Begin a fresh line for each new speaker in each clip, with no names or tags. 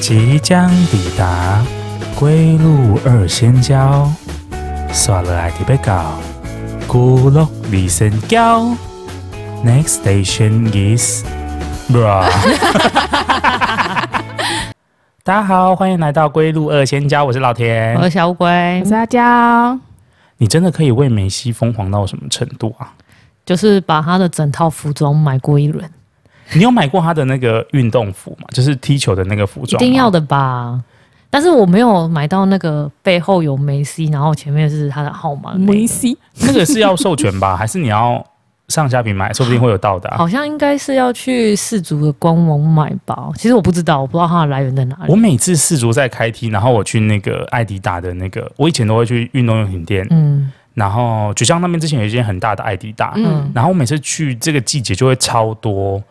即将抵达归路二仙交，刷了来提贝搞，咕噜二仙交。Next station is bra 。大家好，欢迎来到归路二仙交，我是老田
我。是小乌龟
我，是阿娇，
你真的可以为梅西疯狂到什么程度啊？
就是把他的整套服装买过一轮，
你有买过他的那个运动服吗？就是踢球的那个服
一
装？
定要。的吧？但是我没有买到那个背后有梅西，然后前面是他的号码的那个，
梅西，
那个是要授权吧？还是你要上下品买？说不定会有到的、 啊。
好像应该是要去氏族的官网买吧？其实我不知道，我不知道它的来源在哪
我
里。
每次四足在开踢，然后我去那个艾迪达的那个，我以前都会去运动用品店，
嗯
然后举江那边之前有一间很大的艾迪达，
嗯
然后我每次去这个季节就会超多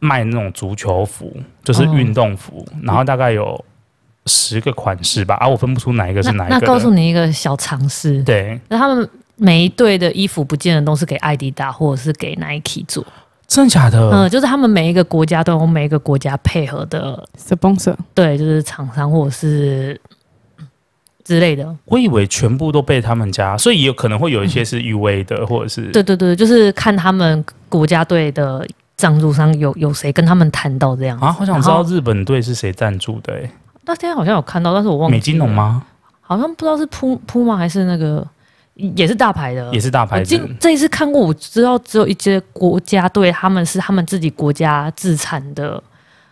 卖那种足球服，就是运动服，
嗯
然后大概有十个款式吧，啊，我分不出哪一个是
那
哪一
那
个
告诉
的。
你一个小常识，
对，
那他们每一队的衣服不见得都是给艾迪达或者是给 Nike 做，
真的假的？
嗯、就是他们每一个国家都有每一个国家配合的
sponsor，
对，就是厂商或者是之类的。
我以为全部都被他们家，所以也有可能会有一些是 U A 的，或者是
对对对，就是看他们国家队的赞助商有有谁跟他们谈到这样。
啊，好想知道
然后
日本队是谁赞助的、欸？
那天好像有看到，但是我忘记
美金龙
了？
吗？
好像不知道是扑扑吗还是那个也是大牌的。
也是大牌
我
子。
今这一次看过，我知道只有一些国家队，他们是他们自己国家自产的，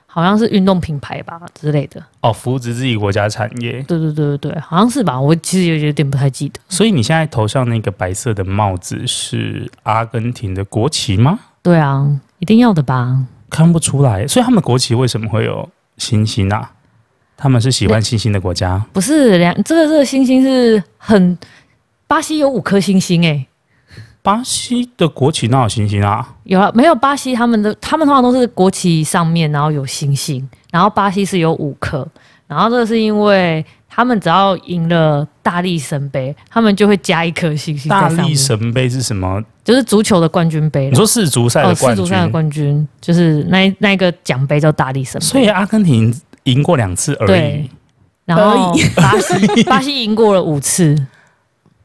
好像是运动品牌吧之类的。
哦，扶植自己国家产业。
对对对对对，好像是吧？我其实有有点不太记得。
所以你现在头上那个白色的帽子是阿根廷的国旗吗？
对啊，一定要的吧？
看不出来，所以他们国旗为什么会有星星啊？他们是喜欢星星的国家，
不是两这个这个星星是很，巴西有五颗星星欸诶、
巴西的国旗哪有星星啊？
有啊，没有巴西他们的他们通常都是国旗上面然后有星星，然后巴西是有五颗，然后这个是因为他们只要赢了大力神杯，他们就会加一颗星星在
大
上面。
力神杯是什么？
就是足球的冠军杯啦，
你说世足赛
哦
的
世
冠
足
军，
赛的冠军就是那一那一个奖杯叫大力神杯，
所以阿根廷赢过两次而已
对。然后巴西巴西赢过了五次，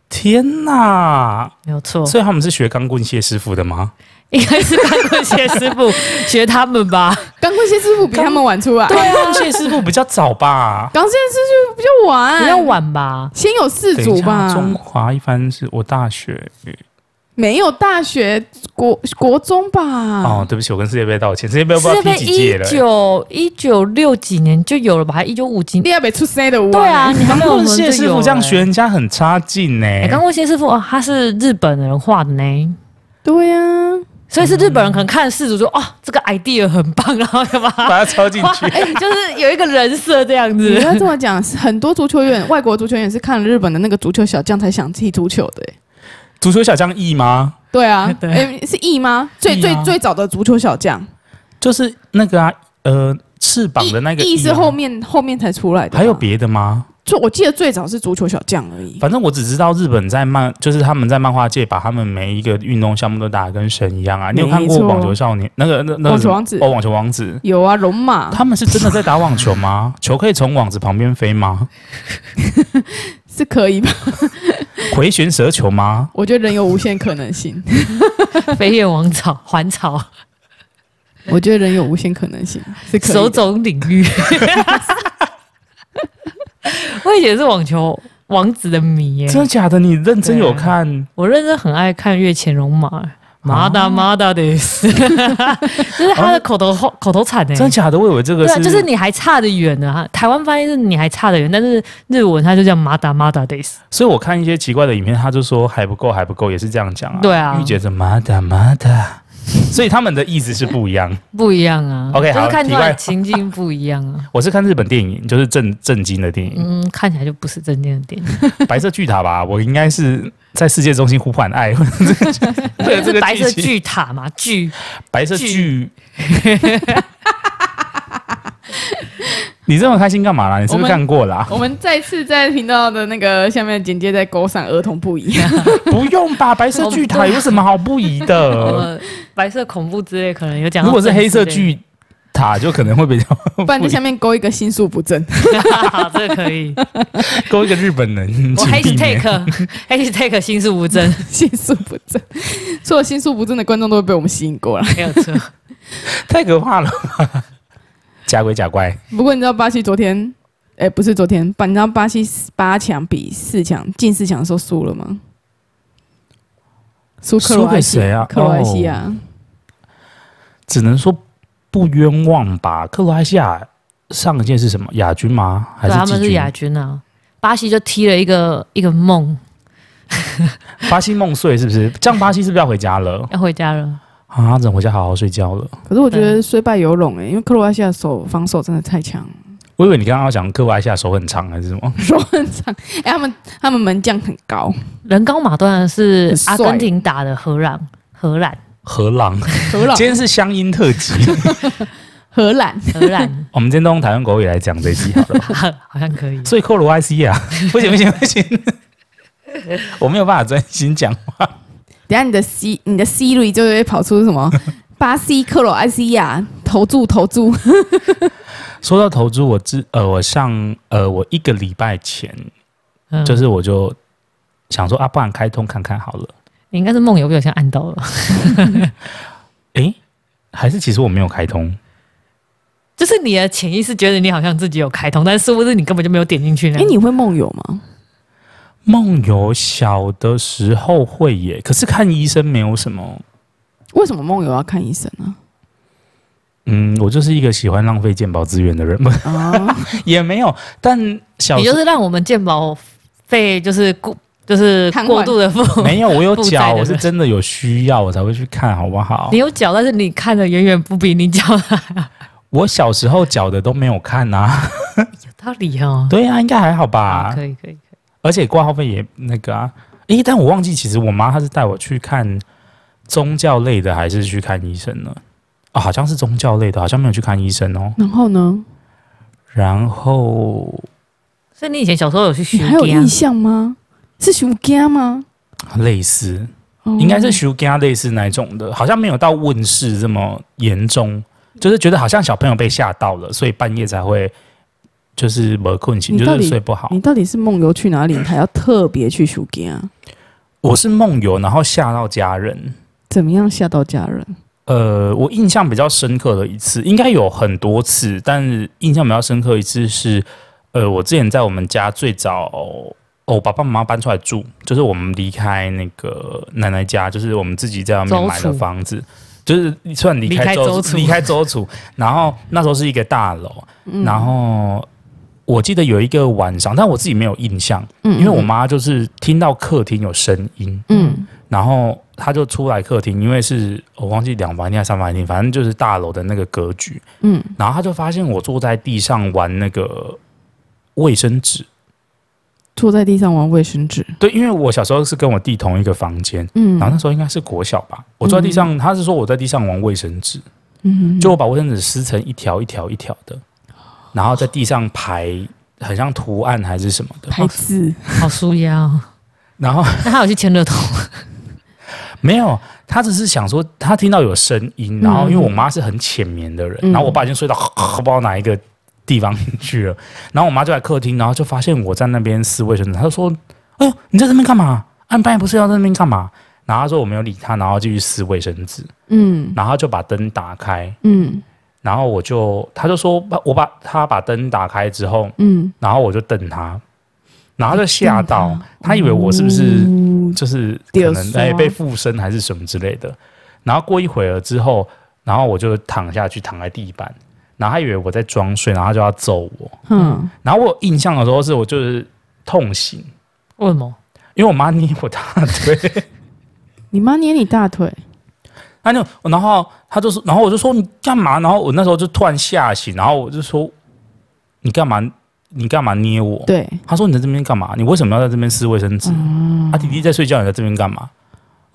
天哪！
没有错，
所以他们是学钢棍谢师傅的吗？
应该是班棍鞋师傅 学他们吧。
刚棍谢师傅比他们晚出来，
啊
钢棍谢师傅比较早 吧？
刚谢师傅比较晚，
比较，晚吧，
先有四
等一
组
下
吧，
中华一番是我大学
没有大学国国中吧，
哦，对不起，我跟世界杯道歉，世界杯不知道
世界
第
杯
几届
一
了、
九一九六几年就有了吧，还一九五几年？
第二杯出生的我，
对啊，，你还没有我
棍
们
谢
就
师
有
傅
了
这样学。人家很差劲呢、
哎，刚问谢师傅哦，他是日本人画的呢，
对啊，
所以是日本人可能看了世足说哦，这个 idea 很棒，然后就把 它
把它抄进
哇
去。
哎就是有一个人设这样
你
子。
要这么讲，很多足球员，外国足球员是看了日本的那个足球小将才想踢足球的、欸
足球小将 E 吗？
对啊，
对
诶是 E 吗？最
翼
最
啊
最早的足球小将
就是那个啊，呃，翅膀的那个
E
E 啊
是后，面后面才出来的吧，
还有别的吗？
就我记得最早是足球小将而已。
反正我只知道日本在漫，就是他们在漫画界把他们每一个运动项目都打得跟神一样啊。你有看过
没错
网球少年那个那那个
网球
什么
王子
哦，网球王子。
有啊，龙马
他们是真的在打网球吗？球可以从网子旁边飞吗？
是可以吧？
回旋蛇球吗？
我觉得人有无限可能性，
飞燕王朝、环朝、
我觉得人有无限可能性是可以的
手冢领域。 我以前是网球王子的迷耶、
真的假的？你认真有看？
我认真很爱看月前龙马，马达马达的是， 就是他的口头后口头禅哎、
真的假的？我以为这个
对啊，
是
就是你还差得远呢、啊。台湾翻译是你还差得远，但是日文它就叫马达马达的斯。
所以我看一些奇怪的影片，他就说还不够，还不够，也是这样讲啊。
对啊
御姐是马达马达， 所以他们的意思是不一样。
不一样啊
OK，
就是
好
看出
题外
来
话
情境不一样啊。
我是看日本电影，就是震震惊的电影，
嗯，看起来就不是正经的电影，
白色巨塔》吧？我应该是在世界中心呼唤爱， 对
就
这
是
个
白色
剧情
巨塔嘛，巨
白色巨。 你这么开心干嘛啦？你是不
我
是
们
看过啦、
我们再次在频道的那个下面简介再勾上儿童不宜，
不用吧，白色巨塔有什么好不宜的？
呃白色恐怖之类，可能有讲
呃
到
如果是
政治
黑色
类，
巨塔就可能会比较
不然在下面勾一个心术不正。
好，这个 可以。
勾一个日本人，
我
请避免。
hashtag hashtag 心术 不正，
心术不正，所有心术不正的观众都会被我们吸引过来。
没有错。
太可怕了吧， 假鬼假怪。
不过你知道巴西昨天，哎、不是昨天，把你知道巴西八强比四强进四强的时候输了吗？输克罗
输给
埃西
谁啊
克罗埃西亚，
只能说不冤枉吧。克罗埃西亚上一届是什么亚军吗？还
对，
是
他
季
们是
军
亚军啊。巴西就踢了一个一个梦，
巴西梦碎是不 是？这样巴西是不是要回家了
要回家了。
啊？等回家好好睡觉了。
可是我觉得虽败犹荣哎，因为克罗埃西亚手防守真的太强了，
我以为你刚刚要讲克罗埃西亚手很长还是什 么？
手很长，哎、他们他们门将很 高，
人高马大的是
很帅
阿根廷打的荷兰，荷兰，
荷兰，
荷兰
今天是乡音特 辑。
荷兰
荷 兰，
我们今天都用台湾国语来讲这一集好了。
好像可以。
所以克罗埃西 亚，不行不行不行，我没有办法专心讲。
等一下你的 C 你的 Siri 就会跑出什 么巴西克罗埃西亚投注投注，
说到投资，我之呃，我上呃，我一个礼拜前，
嗯
就是我就想说啊，不然开通看看好了。
你应该是梦游不小心按到了，
诶，还是其实我没有开通，
就是你的潜意识觉得你好像自己有开通，但是殊不知你根本就没有点进去那
哎、
样。
你会梦游吗？
梦游小的时候会耶，可是看医生没有什么。
为什么梦游要看医生啊呢、
嗯，我就是一个喜欢浪费健保资源的人， 不
啊？
也没有。但小
你
时
就
候
是让我们健保费就是过就是
瘫痪
过度的付，
没有，我有
负
缴，
债的
我是
人
真的有需要，我才会去看，好不好
你？有缴，但是你看的远远不比你缴的
我小时候缴的都没有看啊。
有道理哦。
对啊，应该还好
好
吧？
哦可以可以。
而且挂号费也那个啊。诶，但我忘记，其实我妈她是带我去看宗教类的，还是去看医生呢？啊，好像是宗教类的，好像没有去看医生哦。
然后呢？
然后
所以你以前小时候有去学
你还有
家
印象吗？是熊家吗？
类似，
哦
应该是 s u g 类似那一种的，好像没有到问世这么严重，就是觉得好像小朋友被吓到了，所以半夜才会就是没困醒，
你
就
到底
是睡不好
你。到底是梦游去哪里？你还要特别去熊家？
我是梦游，然后吓到家人。
怎么样吓到家人？
呃，我印象比较深刻的一次，应该有很多次，但是印象比较深刻一次是，呃，我之前在我们家最早，哦，我爸爸妈妈搬出来住，就是我们离开那个奶奶家，就是我们自己在外面
周
买的
楚
房子，就是算离
离
开
开
周
周
楚
楚
离开周楚，然后那时候是一个大楼，
嗯
然后我记得有一个晚上，但我自己没有印象，
嗯
因为我妈就是听到客厅有声音，
嗯
然后他就出来客厅，因为是我忘记两房一厅还是三房一厅，反正就是大楼的那个格局。
嗯，
然后他就发现我坐在地上玩那个卫生纸，
坐在地上玩卫生纸。
对，因为我小时候是跟我弟同一个房间，
嗯
然后那时候应该是国小吧，我坐在地上，他是说我在地上玩卫生纸，
嗯
就我把卫生纸撕成一条一条一条的，然后在地上排，很像图案还是什么的，
排字，
好舒压哦。
然后
那他有去签乐透吗？
没有，他只是想说，他听到有声音，然后
嗯
因为我妈是很浅眠的人，
嗯
然后我爸已经睡到 不知道哪一个地方去了，然后我妈就来客厅，然后就发现我在那边撕卫生纸，她就说：“哎呦，你在这边干嘛？啊，你半夜不睡觉在那边干嘛？”然后她说我没有理她，然后继续撕卫生纸，
嗯
然后她就把灯打开，
嗯
然后我就，她就说把我把她把灯打开之后，
嗯，
然后我就瞪她，然后她就吓到，她以为我是不是？
哦
就是
对
可
啊
能哎、被附身还是什么之类的。然后过一会儿之后，然后我就躺下去，躺在地板，然后他以为我在装睡，然后他就要揍我。
嗯，
然后我有印象的时候是我就是痛醒，
为什么？
因为我妈捏我大腿，
你妈捏你大腿，
她就然后她就说，然后我就说你干嘛？然后我那时候就突然吓醒，然后我就说你干嘛？你干嘛捏我？
对，
她说你在这边干嘛？你为什么要在这边撕卫生纸？啊，弟弟在睡觉，你在这边干嘛？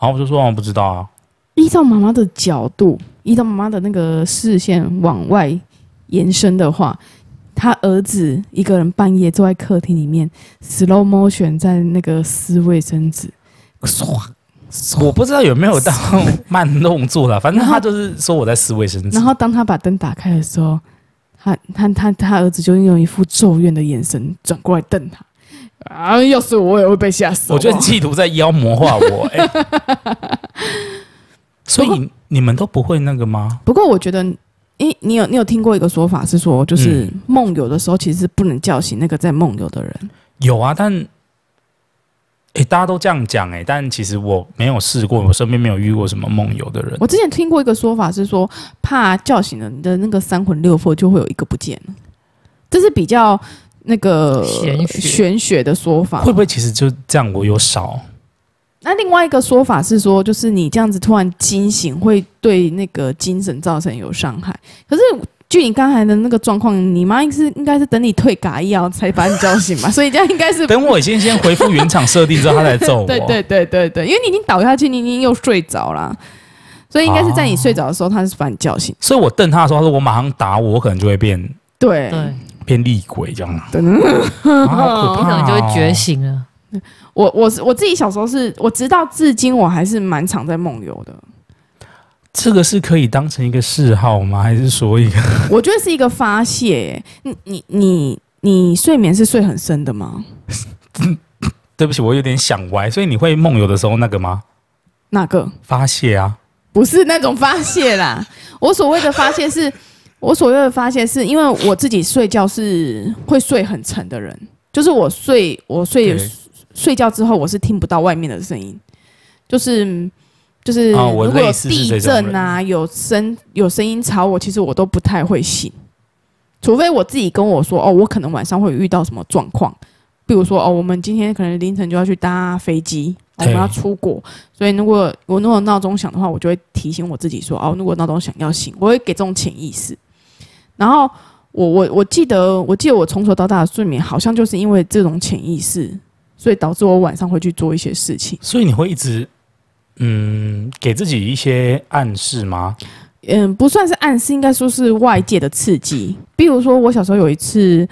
然后我就说、哦我不知道啊。
依照妈妈的角度，依照妈妈的那个视线往外延伸的话，他儿子一个人半夜坐在客厅里面，slow motion 在那个撕卫生纸，唰
我不知道有没有到 慢动作啦，反正他就是说我在撕卫生纸
然。后当他把灯打开的时候，他他他他儿子就用一副咒怨的眼神转过来瞪他。啊！要是我也会被吓死。
我觉得
好不好
企图在妖魔化我。哎，所以你们都不会那个吗？
不过我觉得，你你有你有听过一个说法是说，就是梦游的时候其实是不能叫醒那个在梦游的人。
有啊，但哎、大家都这样讲哎、但其实我没有试过，我身边没有遇过什么梦游的人。
我之前听过一个说法是说，怕叫醒了你的那个三魂六魄就会有一个不见了，这是比较那个
玄学
玄学的说法
会。不会其实就这样？我有少
那另外一个说法是说，就是你这样子突然惊醒，会对那个精神造成有伤害。可是据你刚才的那个状况，你妈应是应该是等你退嘎药才把你叫醒吧，所以这样应该是
等我已经先回复原厂设定之后，他来揍我。
对对对对对，因为你已经倒下去，你已经又睡着啦，所以应该是在你睡着的时候，他是把你叫醒。
所以我瞪他的时候，他说我马上打我，我可能就会变
对，
对，
变厉鬼这样。
对
啊好可
你
怕、
可
哦！
能就会觉。醒了。
我我是我自己小时候是，我直到至今我还是蛮常在梦游的。
这个是可以当成一个嗜好吗？还是说一个？
我觉得是一个发泄、你你你你睡眠是睡很深的吗？
对不起，我有点想歪。所以你会梦游的时候那个吗？
哪个？
发泄啊？
不是那种发泄啦。我所谓的发泄是，我所谓的发泄是因为我自己睡觉是会睡很沉的人，就是我睡我睡
对
睡觉之后，我是听不到外面的声音，就是就是
啊
如
我
果有
类似是
地
这种
震啊，有声有声音吵我，其实我都不太会醒，除非我自己跟我说哦，我可能晚上会遇到什么状况，比如说哦，我们今天可能凌晨就要去搭飞机，哦我
对
们要出国，所以如果我如果闹钟响的话，我就会提醒我自己说哦，如果闹钟响要醒，我会给这种潜意识。然后我我我记得我记得我从小到大的睡眠好像就是因为这种潜意识，所以导致我晚上会去做一些事情。
所以你会一直嗯给自己一些暗示吗？
嗯，不算是暗示，应该说是外界的刺激。比如说，我小时候有一次，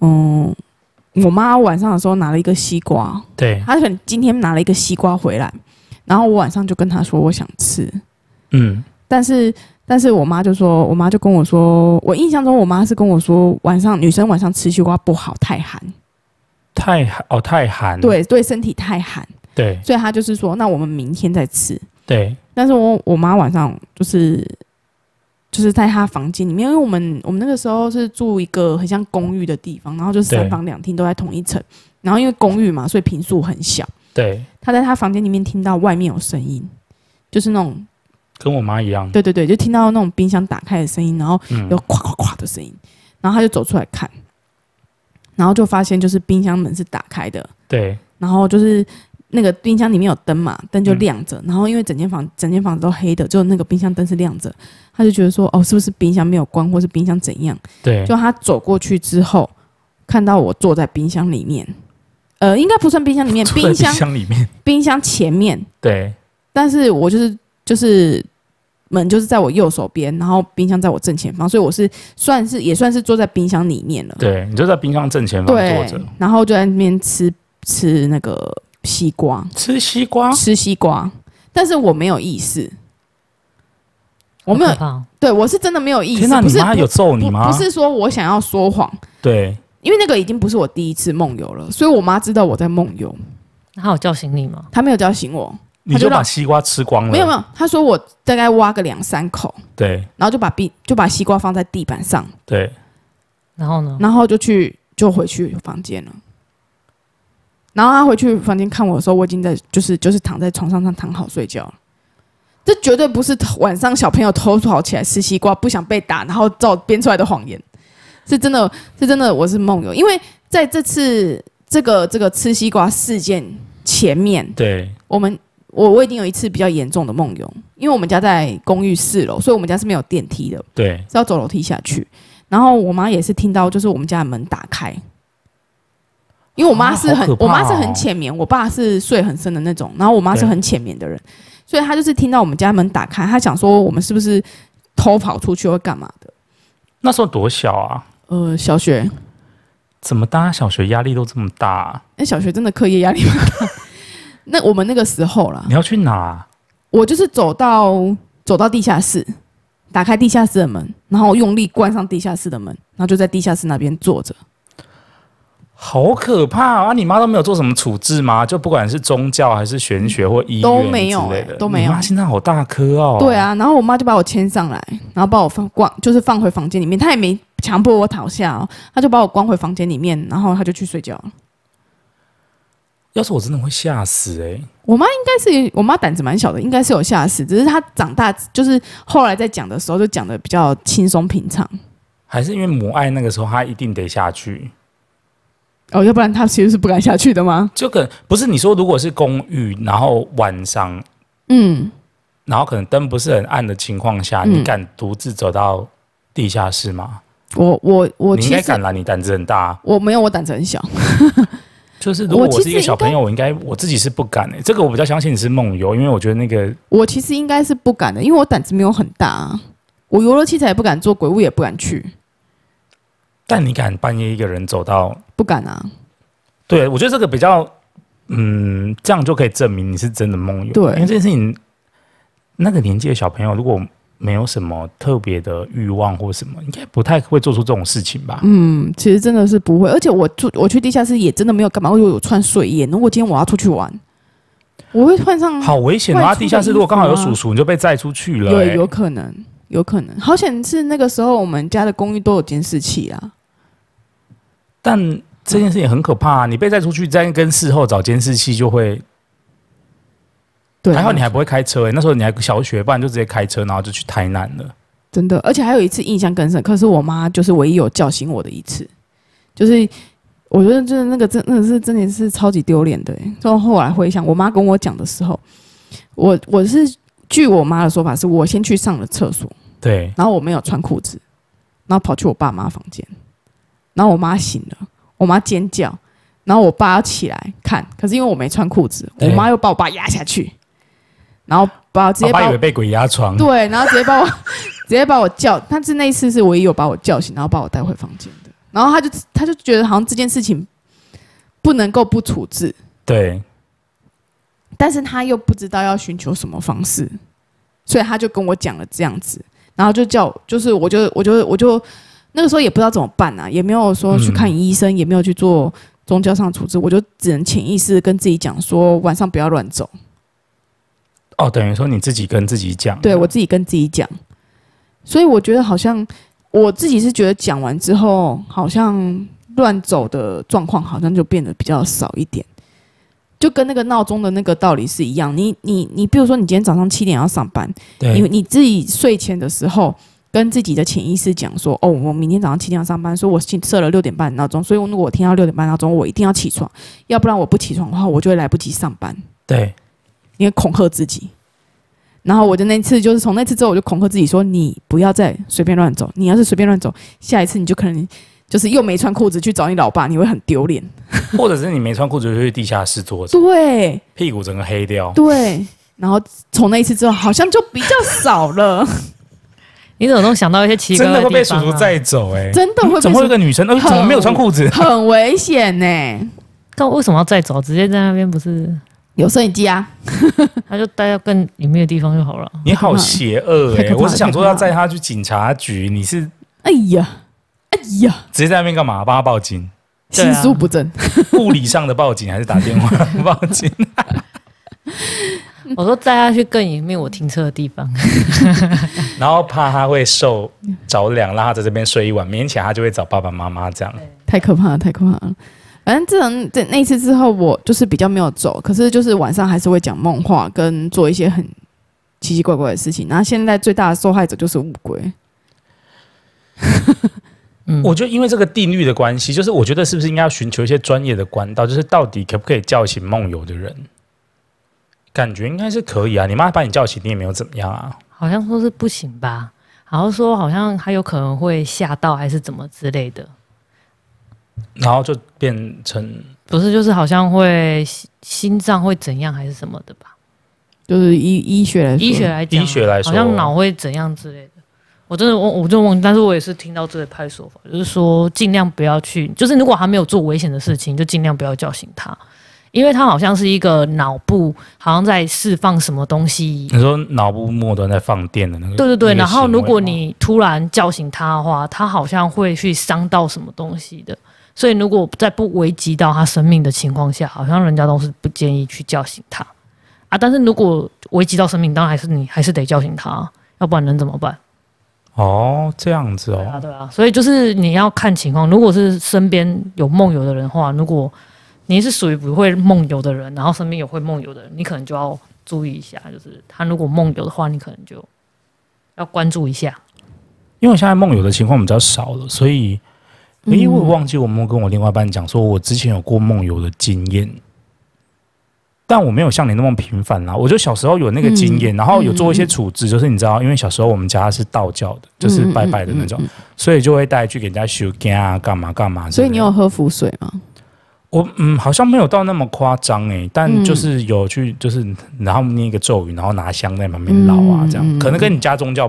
嗯，我妈晚上的时候拿了一个西瓜，
对，
她可能今天拿了一个西瓜回来，然后我晚上就跟她说我想吃，
嗯，
但是但是我妈就说，我妈就跟我说，我印象中我妈是跟我说，晚上女生晚上吃西瓜不好，太寒，
太寒哦，太寒。
对对，身体太寒，
对
所以她就是说，那我们明天再吃。
对，
但是我我妈晚上就是就是在她房间里面，因为我们我们那个时候是住一个很像公寓的地方，然后就是三
对
房两厅都在同一层，然后因为公寓嘛，所以平数很小。
对，
她在她房间里面听到外面有声音，就是那种
跟我妈一样。
对对对，就听到那种冰箱打开的声音，然后
嗯
有，咵咵咵的声音，然后她就走出来看，然后就发现就是冰箱门是打开的，
对
然后就是那个冰箱里面有灯嘛，灯就
嗯
亮着。然后因为整间房整间房子都黑的，就那个冰箱灯是亮着，他就觉得说，哦，是不是冰箱没有关，或是冰箱怎样？
对
就他走过去之后，看到我坐在冰箱里面，呃，应该不算冰箱里 面，
坐在
冰箱
箱里面。
冰箱前面，
对
但是我就是就是。门就是在我右手边，然后冰箱在我正前方，所以我是算是也算是坐在冰箱里面了。
对，你就在冰箱正前方坐
对
着，
然后就在那边吃吃那个西瓜。
吃西瓜。
吃西瓜，但是我没有意识，我没有
好可怕哦
对我是真的没有意识，
天哪，
不
你
是
妈有揍
不
你
不
吗？
不是说我想要说谎，
对，
因为那个已经不是我第一次梦游了，所以我妈知道我在梦游，
那他有叫醒你吗？
她没有叫醒我，
你
就
就把
让
西瓜吃光了。
没有没有，她说我大概挖个两三口，
对
然后就把冰就把西瓜放在地板上，
对，
然 后呢？
然后就去就回去房间了。然后他回去房间看我的时候，我已经在就是就是躺在床上上躺好睡觉了。这绝对不是晚上小朋友偷跑起来吃西瓜，不想被打，然后造编出来的谎言，是真的是真的，我是梦游。因为在这次这个这个吃西瓜事件前面，
对
我们我我已经有一次比较严重的梦游，因为我们家在公寓四楼，所以我们家是没有电梯的。
对
是要走楼梯下去。然后我妈也是听到，就是我们家的门打开，因为我妈是
啊好
很、
可怕哦
我妈是很浅眠，我爸是睡很深的那种，然后我妈是
对
很浅眠的人，所以她就是听到我们家门打开，她想说我们是不是偷跑出去或干嘛的？
那时候多小啊？
呃，小学，
怎么大家小学压力都这么大啊、
哎那小学真的课业压力蛮大。那我们那个时候啦
你，要去哪？
我就是走到走到地下室，打开地下室的门，然后用力关上地下室的门，然后就在地下室那边坐着。
好可怕哦啊！你妈都没有做什么处置吗？就不管是宗教还是玄学或医院
都没有
之类的
欸都没有
你妈心脏好大颗哦。
对，啊，然后我妈就把我牵上来，然后把我放关，就是放回房间里面。她也没强迫我躺下哦，她就把我关回房间里面，然后她就去睡觉了。
要是我真的会吓死哎、
我妈应该是我妈胆子蛮小的，应该是有吓死，只是她长大就是后来在讲的时候就讲的比较轻松平常
还是因为母爱那个时候她一定得下去，
哦，要不然她其实是不敢下去的吗？
就可不是你说如果是公寓，然后晚上，
嗯，
然后可能灯不是很暗的情况下，
嗯
你敢独自走到地下室吗？
我我我
你
其
应该
实
敢啦，你胆子很大。
我没有，我胆子很小。
就是如果
我其
我是一个
实
小
应该
朋友，我应该我自己是不敢哎、这个我比较相信你是梦游，因为我觉得那个
我其实应该是不敢的，因为我胆子没有很大、啊，我游乐器材也不敢坐，鬼屋也不敢去，
但你敢半夜一个人走到，
不敢啊。
对我觉得这个比较，嗯，这样就可以证明你是真的梦游。
对
因为这件事情，那个年纪的小朋友如果没有什么特别的欲望或什么，应该不太会做出这种事情吧？
嗯，其实真的是不会，而且我住我去地下室也真的没有干嘛，因为我有穿睡衣。如果今天我要出去玩，我会换上
好危险啊！
外出的
地下室如果刚好有鼠
衣
鼠，你就被载出去了、
有
欸
有可能，有可能。好险是那个时候我们家的公寓都有监视器啊。
但这件事情很可怕、啊，你被载出去，再跟事后找监视器就会。
对啊，
还好你还不会开车、欸，那时候你还小学，不然就直接开车，然后就去台南了。
真的，而且还有一次印象更深，可是我妈就是唯一有叫醒我的一次，就是我觉得真的那个真真的是真的是超级丢脸的、欸。就后来回想，我妈跟我讲的时候，我我是据我妈的说法，是我先去上了厕所，
对，
然后我没有穿裤子，然后跑去我爸妈房间，然后我妈醒了，我妈尖叫，然后我爸要起来看，可是因为我没穿裤子，我
对
妈又把我爸压下去，然后把直
爸
接把
爸以
我
为被鬼压床。
对，然后直接把我直接把我叫，但是那一次是唯一有把我叫醒，然后把我带回房间的。然后他就他就觉得好像这件事情不能够不处置，
对，
但是他又不知道要寻求什么方式，所以他就跟我讲了这样子，然后就叫我就是我就我就我就那个时候也不知道怎么办啊，也没有说去看医生，也没有去做宗教上处置，我就只能潜意识地跟自己讲说晚上不要乱走。
哦，等于说你自己跟自己讲。
对我自己跟自己讲，所以我觉得好像我自己是觉得讲完之后，好像乱走的状况好像就变得比较少一点，就跟那个闹钟的那个道理是一样。你你你，比如说你今天早上七点要上班，
对
你你自己睡前的时候。跟自己的潜意识讲说，哦，我明天早上七点要上班，所以我设了六点半的闹钟，所以如果我听到六点半闹钟，我一定要起床，要不然我不起床的话，我就会来不及上班。
对，
你会恐吓自己。然后我就那次就是从那次之后，我就恐吓自己说：“你不要再随便乱走，你要是随便乱走，下一次你就可能就是又没穿裤子去找你老爸，你会很丢脸。
或者是你没穿裤子就去地下室坐”着，
对
屁股整个黑掉。
对，然后从那一次之后，好像就比较少 了，
你怎么都想到一些奇怪
真的会
地
被叔
方
叔
啊
载走哎、
啊真的会
怎么会有
被嗯
个女生？呃，怎么没有穿裤子？
很危险呢、
但为什么要再走？直接在那边不是？
嗯
有摄影机啊，
他就待到更里面的地方就好了。
你好邪恶哎、
太可怕了
我是想说
太
要
可怕了
载她去警察局，你是
哎呀，哎呀，
直接在那边干嘛？帮她报 警？
对啊
心术不正，
物理上的报警还是打电话 报警？嗯
我说载他去更里面我停车的地方，
然后怕她会受着凉，让她在这边睡一晚，勉强她就会找爸爸妈妈这样。
太可怕了，太可怕了。反正自从在那一次之后，我就是比较没有走，可是就是晚上还是会讲梦话，跟做一些很奇奇怪怪的事情。然后现在最大的受害者就是乌龟，
嗯，
我觉得因为这个定律的关系，就是我觉得是不是应该要寻求一些专业的管道，就是到底可不可以叫醒梦游的人？感觉应该是可以啊，你妈把你叫醒，你也没有怎么样啊。
好像说是不行吧，然后说好像他有可能会吓到还是怎么之类的，
然后就变成
不是就是好像会心心脏会怎样还是什么的吧？
就是医医学来说
医学来讲啊，
医学来说
好像脑会怎样之类的。我真的我我就忘记，但是我也是听到这一派说法，就是说尽量不要去，就是如果还没有做危险的事情，就尽量不要叫醒他，因为它好像是一个脑部好像在释放什么东西。
你说脑部末端在放电的那个，
对对对，
那
然
个行为
后如果
吗
你突然叫醒它的话，它好像会去伤到什么东西的。所以如果在不危及到它生命的情况下，好像人家都是不建议去叫醒它啊。但是如果危及到生命，当然还是你还是得叫醒它，要不然能怎么办？
哦这样子
对啊，
哦，
对啊，所以就是你要看情况。如果是身边有梦游的人的话，如果你是属于不会梦游的人，然后身边有会梦游的人，你可能就要注意一下，就是他如果梦游的话，你可能就要关注一下。
因为我现在梦游的情况比较少了，所以
嗯
因为我忘记我有没有跟我另外一半讲说，我之前有过梦游的经验，但我没有像你那么频繁啦。我就小时候有那个经验，
嗯
然后有做一些
嗯嗯
处置，就是你知道，因为小时候我们家是道教的，就是拜拜的那种，
嗯嗯嗯嗯
所以就会带去给人家修干啊，干嘛干嘛之类的。
所以你有喝符水吗？
我嗯，好像没有到那么夸张诶，但
嗯
就是有去，就是然后念一个咒语，然后拿香在旁边绕啊，
嗯
这样、
嗯
可能跟你家宗教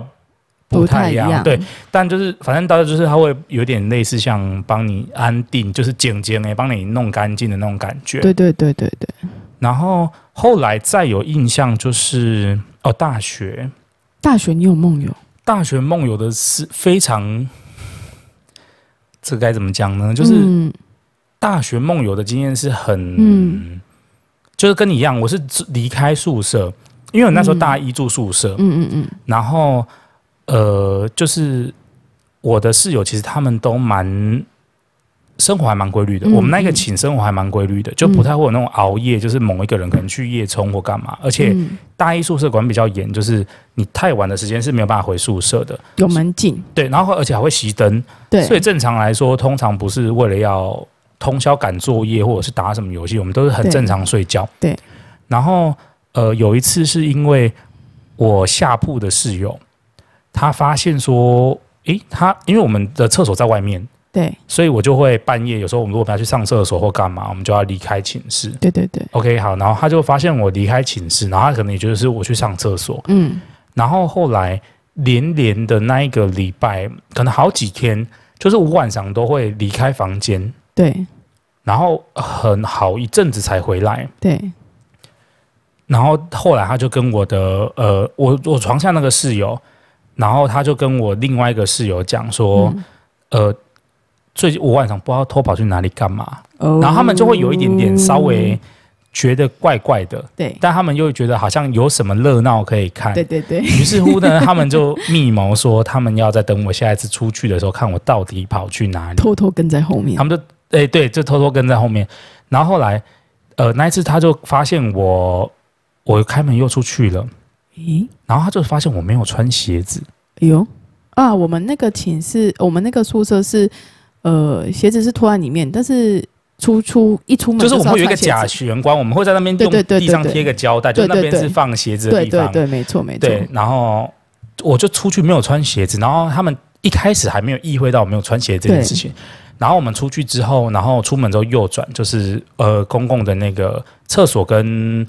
不
不
太
太
一
一
样，
样
对。但就是反正大家就是它会有点类似像帮你安定，就是剪剪诶，帮你弄干净的那种感觉。
对对对对对，
然后后来再有印象就是哦，大学
大学你有梦游，
大学梦游的是非常，这该怎么讲呢？就是。
嗯
大学梦游的经验是很，
嗯
就是跟你一样，我是离开宿舍，因为我那时候大一住宿舍，
嗯嗯嗯，
然后呃，就是我的室友其实他们都蛮。生活还蛮规律的，
嗯
我们那个寝生活还蛮规律的，就不
嗯
太会有那种熬夜，就是某一个人可能去夜冲或干嘛。而且
嗯
大一宿舍管比较严，就是你太晚的时间是没有办法回宿舍的。
有门禁，
对，然后而且还会熄灯，
对，
所以正常来说，通常不是为了要通宵赶作业或者是打什么游戏，我们都是很
对
正常睡觉。
对
然后呃，有一次是因为我下铺的室友，他发现说，诶，他因为我们的厕所在外面，
对
所以我就会半夜有时候我们如果要去上厕所或干嘛，我们就要离开寝室。
对对对，
OK，好，然后他就发现我离开寝室，然后他可能也就是我去上厕所，
嗯
然后后来连连的那一个礼拜，可能好几天，就是我晚上都会离开房间，
对
然后很好一阵子才回来。
对，
然后后来他就跟我的呃，我我床下那个室友，然后他就跟我另外一个室友讲说，
嗯
呃，最近我晚上不知道偷跑去哪里干嘛，
哦
然后他们就会有一点点稍微觉得怪怪的，
哦对
但他们又觉得好像有什么热闹可以看，
对对对，
于是乎呢，他们就密谋说，他们要在等我下一次出去的时候，看我到底跑去哪里。
偷偷跟在后面
他，们就哎、对，就偷偷跟在后面。然后后来，呃，那一次他就发现我，我开门又出去了，
咦，
然后他就发现我没有穿鞋子。
哎呦啊，我们那个寝室，我们那个宿舍是，呃，鞋子是脱在里面，但是出出一出门
就是我们
要
会有一个
穿鞋
假
子，
玄关，我们会在那边
对
用
对对
地上
对对
贴个胶带，就
对
那边
对
是
对
放鞋子的
对
地
对
方。
对，没错没错，
对，然后我就出去没有穿鞋子，然后他们一开始还没有意会到我没有穿鞋这件事情。然后我们出去之后，然后出门之后右转，就是呃公共的那个厕所跟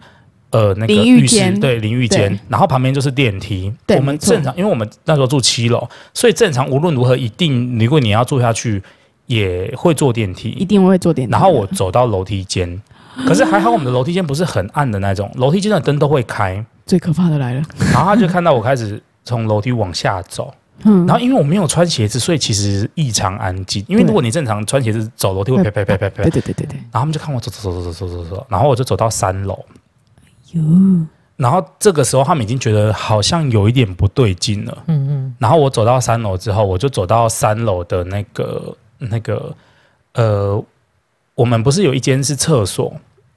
呃那个
淋浴
浴室，
间
对淋浴间
对，
然后旁边就是电梯。
对
我们
没错
正常，因为我们那时候住七楼，所以正常无论如何一定，如果你要住下去，也会坐电
一
梯。
定会做点头的。
然后我走到楼梯间，可是还好我们的楼梯间不是很暗的那种，楼梯间的灯都会开。
最可怕的来了，
然后他就看到我开始从楼梯往下走，
嗯，
然后因为我没有穿鞋子，所以其实异常安静。因为如果你正常穿鞋子走楼梯，会啪啪啪啪啪。
对对对对对，
然后他们就看我走走走走走走走走，然后我就走到三楼。
哟，
然后这个时候他们已经觉得好像有一点不对劲了。
嗯嗯，
然后我走到三楼之后，我就走到三楼的那个那个呃，我们不是有一间是厕所，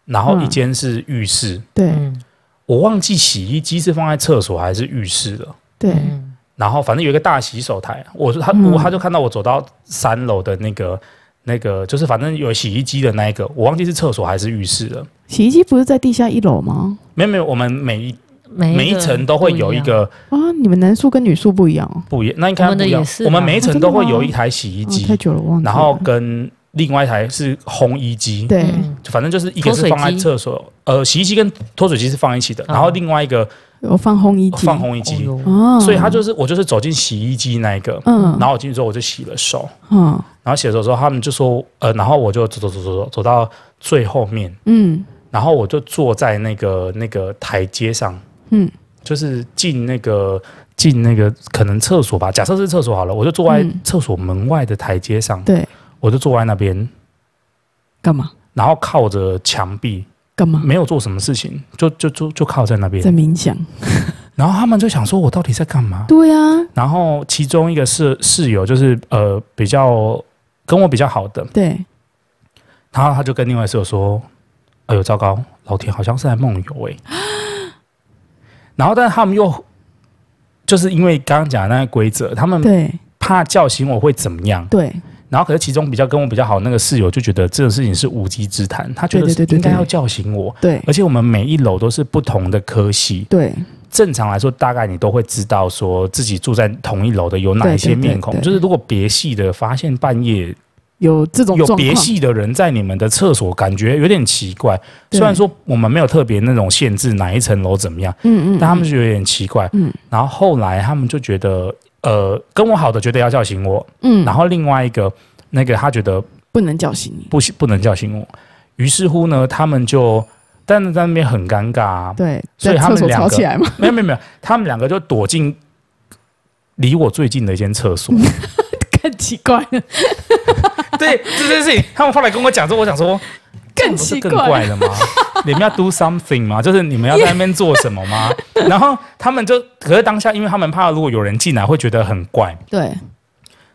然后一
嗯
间是浴室。
对
嗯
我忘记洗衣机是放在厕所还是浴室了。
对，
嗯
然后反正有一个大洗手台，我说他、
嗯
我他就看到我走到三楼的那个那个，就是反正有洗衣机的那一个，我忘记是厕所还是浴室了。
洗衣机不是在地下一楼吗？
没有没有，我们每一
每
每一
个
层都会有
不
一
样，
个
啊，你们男宿跟女宿不一样哦，
不一样，那应该不一
我们的
样
也。是
我们每一
啊
层
真
都
的
会
吗
有一台洗衣
哦
机，
太久了忘记了。
然后跟另外一台是烘衣机。
对
嗯
就反正就是一个是
脱水
放在
机
厕所，呃，洗衣机跟脱水机是放在一起的，然后
哦
另外一个
有放烘衣机，
放烘衣
哦
机，
哟
哦，
所以他就是我就是走进洗衣机那一个，
嗯
然后我进去之后我就洗了手，
嗯
然后写的时候，他们就说，呃，然后我就走走走走走走到最后面，
嗯
然后我就坐在那个那个台阶上，
嗯，
就是进那个进那个可能厕所吧，假设是厕所好了，我就坐在
嗯
厕所门外的台阶上，
对，
我就坐在那边，
干嘛
然后靠着墙壁，
干嘛
没有做什么事情，就就就就靠在那边
在。冥想？
然后他们就想说，我到底在干嘛？
对啊，
然后其中一个室室友就是呃比较跟我比较好的，
对，
然后他就跟另外室友说：“哎呦，糟糕，老田好像是在梦游哎。” 然后，但是他们又就是因为刚刚讲的那个规则，他们
对，
怕叫醒我会怎么样。
对，
然后，可是其中比较跟我比较好那个室友就觉得这种事情是无稽之谈，他觉得
对对对对
应该
对
要叫醒我。
对，
而且我们每一楼都是不同的科系，
对，
正常来说，大概你都会知道说自己住在同一楼的有哪
对
一些
对对
面孔。
对
就是如果别系的发现半夜
有这种
有
状
别
况，
系的人在你们的厕所，感觉有点奇怪。
对
虽然说我们没有特别那种限制哪一层楼怎么样，
嗯嗯，
但他们就觉得有点奇怪。
嗯
然后后来他们就觉得，呃，跟我好的觉得要叫醒我，
嗯，
然后另外一个那个他觉得
不能叫醒你，
不行不能叫醒我，于是乎呢，他们就但是在那边很尴尬、啊，
对，
所
在
以他
厕
们
所
两
吵
个
起来嘛，
没有没有没有，他们两个就躲进离我最近的一间厕 所。
更奇怪了，
对这件事情，他们后来跟我讲之后，我想说，这样不是
奇
更
怪
怪了 吗？你们要 do something 吗？就是你们要在那边做什么吗？ 然后他们就，可是当下，因为他们怕如果有人进来会觉得很怪，
对，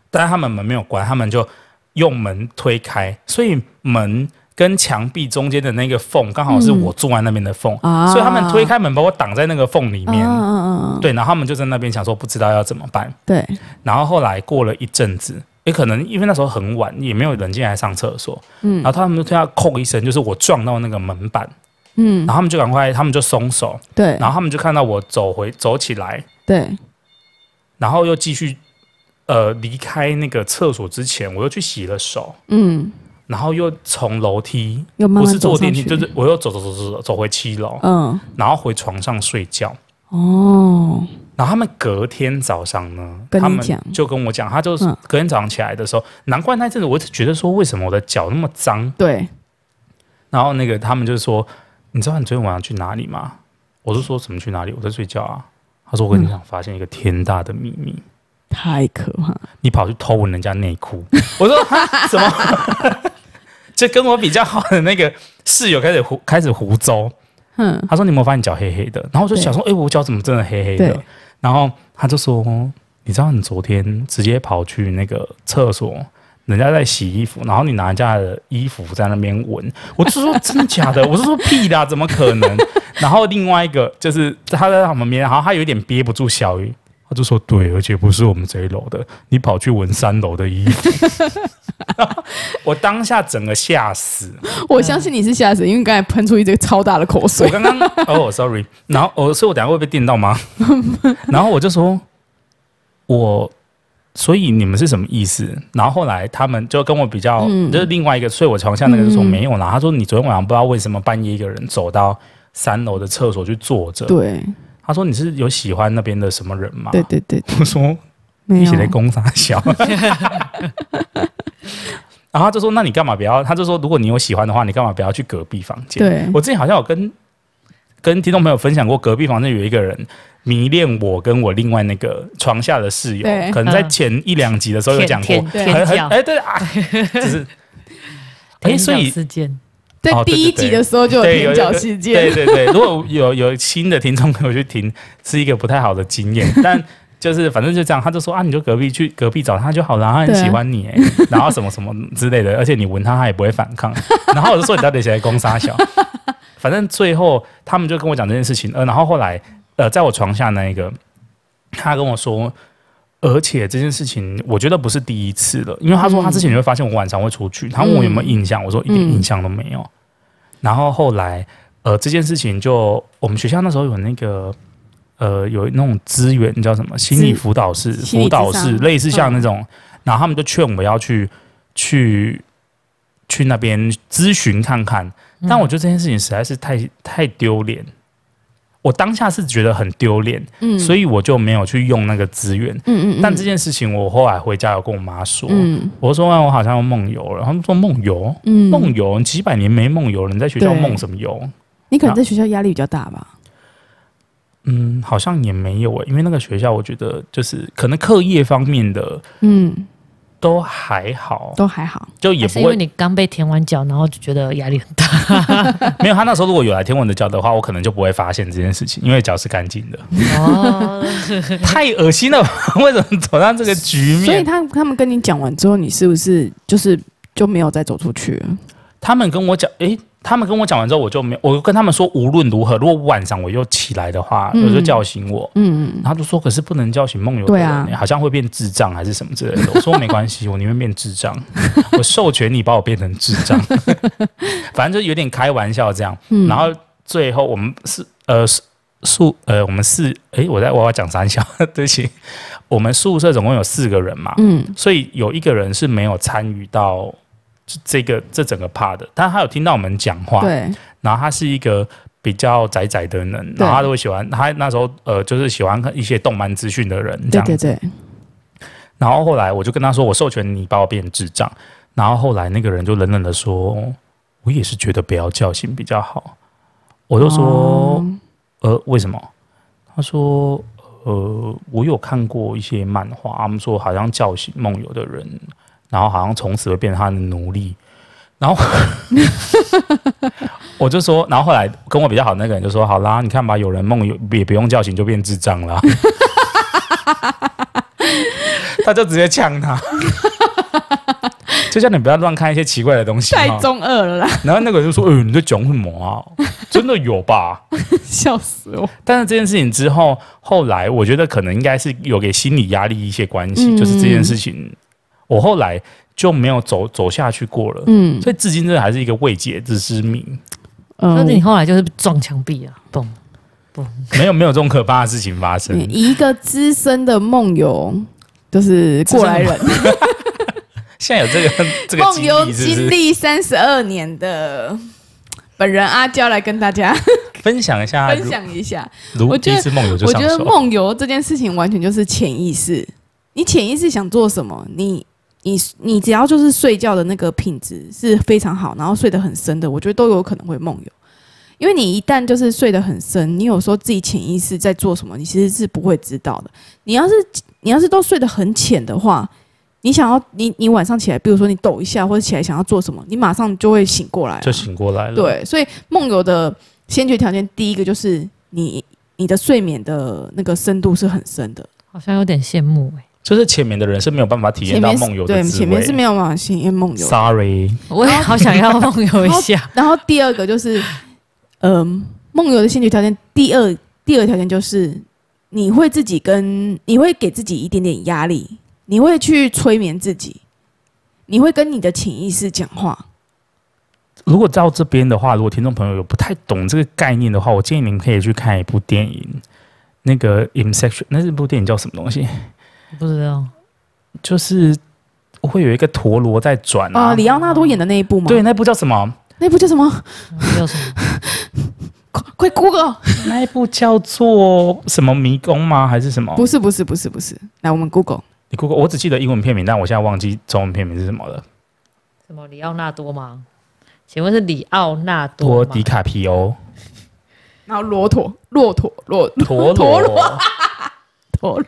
但是他们门没有关，他们就用门推开，所以门跟墙壁中间的那个缝刚好是我坐在那边的缝，
啊
所以他们推开门把我挡在那个缝里
嗯
面。
嗯嗯嗯，
对，然后他们就在那边想说不知道要怎么办，
对，
然后后来过了一阵子，也可能因为那时候很晚，也没有人进来上厕所，
嗯
然后他们就听到“扣”一声，就是我撞到那个门板，
嗯
然，后他们就赶快，他们就松手，
对
然，后他们就看到我走回走起来，
对，
然后又继续呃离开那个厕所之前，我又去洗了手，
嗯，然
然后又从楼梯，
又慢
不
慢
是
走
坐
上
电梯，
去，
就是我又走走走走走走回七楼，
嗯，
然后回床上睡觉。
哦，
然后他们隔天早上呢，
跟你
他们
讲
就跟我讲，他就是
嗯
隔天早上起来的时候，难怪那阵子我觉得说为什么我的脚那么脏，
对，
然后那个他们就说，你知道你昨天晚上去哪里吗？我就说什么去哪里，我在睡觉啊。他说我跟你讲，发现一个天大的秘密，
太可怕了，
你跑去偷闻人家内裤。 我说哈什么？ 就跟我比较好的那个室友开始胡开始胡诌，
嗯，
他说你有没有发现你脚黑黑的？然后我就想说，哎、我脚怎么真的黑黑的
对？
然后他就说，嗯你知道你昨天直接跑去那个厕所，人家在洗衣服，然后你拿人家的衣服在那边闻。我就说真的假的？我是说屁啦，怎么可 能？然后另外一个就是他在他旁边，然后他有点憋不住小雨。他就说对，而且不是我们这一楼的，你跑去闻三楼的衣服， 我当下整个吓死。
我相信你是吓死，因为刚才喷出一个超大的口水
我，刚刚哦，sorry，然后哦，所以我等下会被电到 吗？然后我就说，我，所以你们是什么意思？然后后来他们就跟我比较，
嗯
就是另外一个睡我床下那个就说
嗯
没有啦，他说你昨天晚上不知道为什么半夜一个人走到三楼的厕所去坐着，
对，
他说你是有喜欢那边的什么人吗？
对对对，
我说
没
啊一
有
起，在攻傻笑。 然后他就说：“那你干嘛不要？”他就说：“如果你有喜欢的话，你干嘛不要去隔壁房间？”
对
我之前好像有跟跟听众朋友分享过，隔壁房间有一个人迷恋我跟我另外那个床下的室友
对，
可能在
嗯
前一两集的时候有讲过
舔，
对
舔
很
脚
哎对 啊，就是哎
舔
所
脚
以
事件，
在
哦对
第
对
一
对
集的时候就有
对有
舔脚事
对
件，
对对，如果有有新的听众朋友去听，是一个不太好的经验，但。就是反正就这样，他就说啊，你就隔壁去隔壁找他就好了，他很
对啊
喜欢你、欸，然后什么什么之类的，而且你闻他他也不会反抗。然后我就说你到底谁在攻杀小？反正最后他们就跟我讲这件事情，呃，然后后来呃，在我床下那一个，他跟我说，而且这件事情我觉得不是第一次了，因为他说他之前你会发现我晚上会出去，他问我有没有印象，我说一点印象都没有。然后后来呃，这件事情就我们学校那时候有那个。呃，有那种资源叫什么心理辅导室、
心理
辅导室，
咨商嗯
类似像那种，然后他们就劝我要去去去那
嗯
嗯
边咨询看看，但我觉得这件事情实在是太太丢脸。我当下是觉得很丢脸，
嗯
所
以
以我就没有去用那个资源。
嗯嗯，
但这件事情，我后来回家有跟我妈说，
嗯
我说、哎我好像要梦游了。他们说梦游，
嗯
梦游，你几百年没梦游了，你在学校
对
梦什么游？
你可能在学校压力比较大吧？
嗯，好像也没有诶、因为那个学校我觉得就是可能课业方面的
嗯，
都还好，
都还好。
就也
还啊是
不
因为
会
你刚被填完脚，然后就觉得压力很大。
没有。他那时候如果有来听我的教的话，我可能就不会发现这件事情，因为脚是干净 的。
哦，
太恶心了吧，为什么走上这个局
所以
面？
他他们跟你讲完之后，你是不是就是就没有再走出去了？
他们跟我讲，诶、他们跟我讲完之后，我就没有，我跟他们说，无论如何，如果晚上我又起来的话，
嗯
我就叫醒我。
嗯，
然后就说：“可是不能叫醒梦游的
对
人、欸
啊
好像会变智障还是什么之类的。”我说：“没关系，我宁愿变智障， 我授权你把我变成智障。” 反正就有点开玩笑这样。
嗯
然后最后我们是呃是宿呃我们四诶，我在我要讲三小， 对不起，我们宿舍总共有四个人嘛，
嗯
所以有一个人是没有参与到这这个这整个 part 的，但他有听到我们讲话，
对，
然后他是一个比较宅宅的人，
对
然后他都会喜欢，他那时候呃就是喜欢看一些动漫资讯的人这
对
样，
对对，
然后后来我就跟他说，我授权你把我变智障，然后后来那个人就冷冷的说，我也是觉得不要叫醒比较好，我
我
就说、
哦
呃为什么？他说。呃，我有看过一些漫画，他们说好像叫醒梦游的人，然后好像从此会变成他的奴隶。然后 我就说，然后后来跟我比较好的那个人就说：“好啦，你看吧，有人梦游也不用叫醒就变智障啦。” 他就直接呛 他，就叫你不要乱看一些奇怪的东西。
太
哈
中二了啦，
然后那个人就说：“哎、你在讲什么啊？ 真的有吧？”
笑死我。
但是这件事情之后，后来我觉得可能应该是有给心理压力一些关系，
嗯
就是这件事情，我后来就没有走走下去过了。
嗯
所以至今这还是一个未解之之谜，
那
嗯，
你后来就是撞墙壁啊，嘣！
没有没有这种可怕的事情发
你
生。
一个资深的梦游，就是过来人，
现在有这个 这个
梦
经
游
历是不
经
是？
历三十二年的本人阿娇来跟大家
分享一下，
分
如
享一下。
如
我觉
第
得
一次梦游就
我
上
觉得
手，
梦游这件事情完全就是潜意识，你潜意识想做什么，你你你只要就是睡觉的那个品质是非常好，然后睡得很深的，我觉得都有可能会梦游。因为你一旦就是睡得很深，你有时候自己潜意识在做什么，你其实是不会知道的。你要是你要是都睡得很浅的话，你想要你你晚上起来，比如说你抖一下或者起来想要做什么，你马上就会醒过来了，啊
就醒过来了。，
对，所以梦游的先决条件，第一个就是你你的睡眠的那个深度是很深的，
好像有点羡慕哎、
就是前面的人是没有办法体验
前
到
面是
梦游的
对
滋
前面是
味。
没有办法体验梦游的。
Sorry，
我
哦
也好想要梦游一下。
然后第二个就是，嗯、梦游的先决条件，第二第二个条件就是你会自己跟你会给自己一点点压力，你会去催眠自己，你会跟你的潜意识讲话。
如果到这边的话，如果听众朋友有不太懂这个概念的话，我建议你们可以去看一部电影，那个《Inception》，那是部电影叫什么东西？
不知道，
就是会有一个陀螺在转
啊、
啊。
里奥纳多演的那一部吗？
对，，那部叫什么？
那部叫 什么？
没有什么。
快快 Google！
那一部叫做什么迷宫吗？还是什么？
不是不是不是不是，来我们 Google。
你 Google，我只记得英文片名，但我现在忘记中文片名是什么了。
什么里奥纳多吗？请问是里奥纳
多
多吗
迪？卡皮欧，
然后骆驼，骆驼，骆
陀
陀
螺。
陀螺，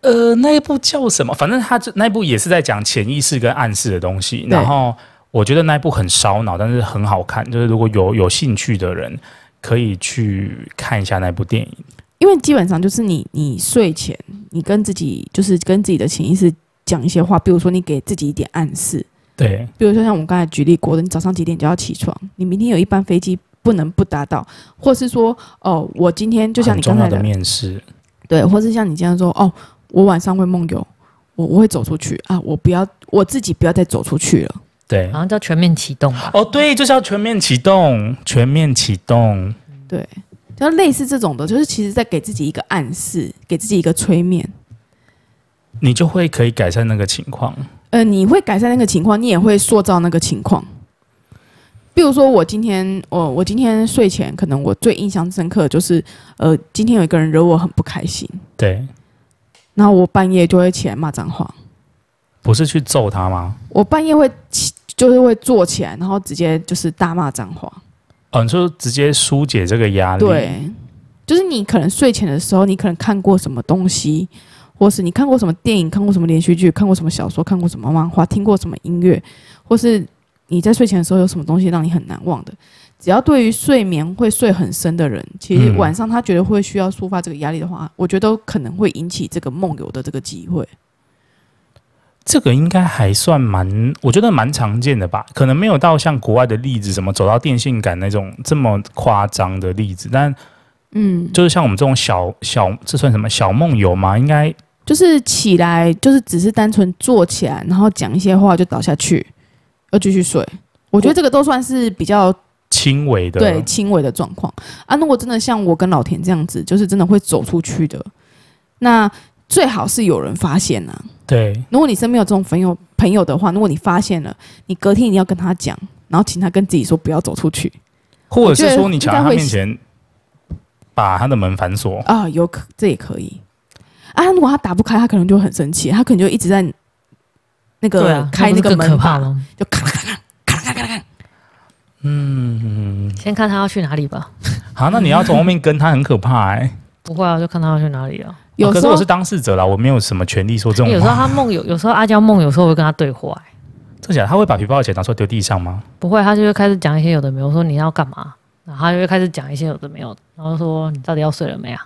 呃，那一部叫什么？反正他这那一部也是在讲潜意识跟暗示的东西。
对
然后我觉得那一部很烧脑，但是很好看。就是如果有有兴趣的人，可以去看一下那部电影。
因为基本上就是你，你睡前你跟自己就是跟自己的潜意识讲一些话，比如说你给自己一点暗示，
对，
比如说像我们刚才举例过的，你早上几点就要起床，你明天有一班飞机不能不搭到，或是说哦，我今天就像
很
啊你
重
刚
要
才
的
的
面试，
对，或是像你今天说哦，我晚上会梦游，我我会走出去啊，我不要我自己不要再走出去了，
对
好。像叫全面启动吧。
哦，对，就是要全面启动，全面启动。
对，就类似这种的，就是其实在给自己一个暗示，给自己一个催眠。
你就会可以改善那个情况，
呃，你会改善那个情况，你也会塑造那个情况。比如说我今天，我我今天睡前，可能我最印象深刻的就是，呃，今天有一个人惹我很不开心，
对，
然后我半夜就会起来骂脏话，
不是去揍他吗？
我半夜会起，就是会坐起来，然后直接就是大骂脏话。
嗯，就直接疏解这个压力。，
对，就是你可能睡前的时候，你可能看过什么东西，或是你看过什么电影，看过什么连续剧，看过什么小说，看过什么漫画，听过什么音乐，或是你在睡前的时候有什么东西让你很难忘的。只要对于睡眠会睡很深的人，其实
嗯
晚上他觉得会需要抒发这个压力的话，我觉得都可能会引起这个梦游的这个机会。
这个应该还算蛮，我觉得蛮常见的吧。可能没有到像国外的例子，什么走到电线杆那种这么夸张的例子，但
嗯，
就是像我们这种小小，这算什么小梦游吗？应该
就是起来，就是只是单纯坐起来，然后讲一些话就倒下去，又继续睡。我觉得这个都算是比较
轻微的。
对轻微的状况啊。如果真的像我跟老田这样子，就是真的会走出去的，那最好是有人发现啊。
对
如果你身边有这种朋友朋友的话，如果你发现了，你隔天一定要跟他讲，然后请他跟自己说不要走出去
或者
我
是
觉得
说你抢在
应该
他
会
面前把他的门反锁，
啊。有可这也可以啊。如果他打不开，他可能就很生气，他可能就一直在
对
那个
啊，
开
那
那
不
个
是
门
更可怕吗？
就咔啦咔啦咔啦咔啦咔啦咔啦。
嗯，
先看他要去哪里吧。
好，那你要从后面跟他很可怕哎、
不会啊，就看他要去哪里啊。
有
可
时
是
候
我是当事者啦，我没有什么权利说这种话。
哎有时候他梦游，有时候阿娇梦游，有时候我会跟他对话、欸
真假的？他会把皮包的钱拿出来丢地上吗？
不会，他就会开始讲一些有的没有。我说你要干嘛？然后他就会开始讲一些有的没有的，然后说你到底要睡了没啊？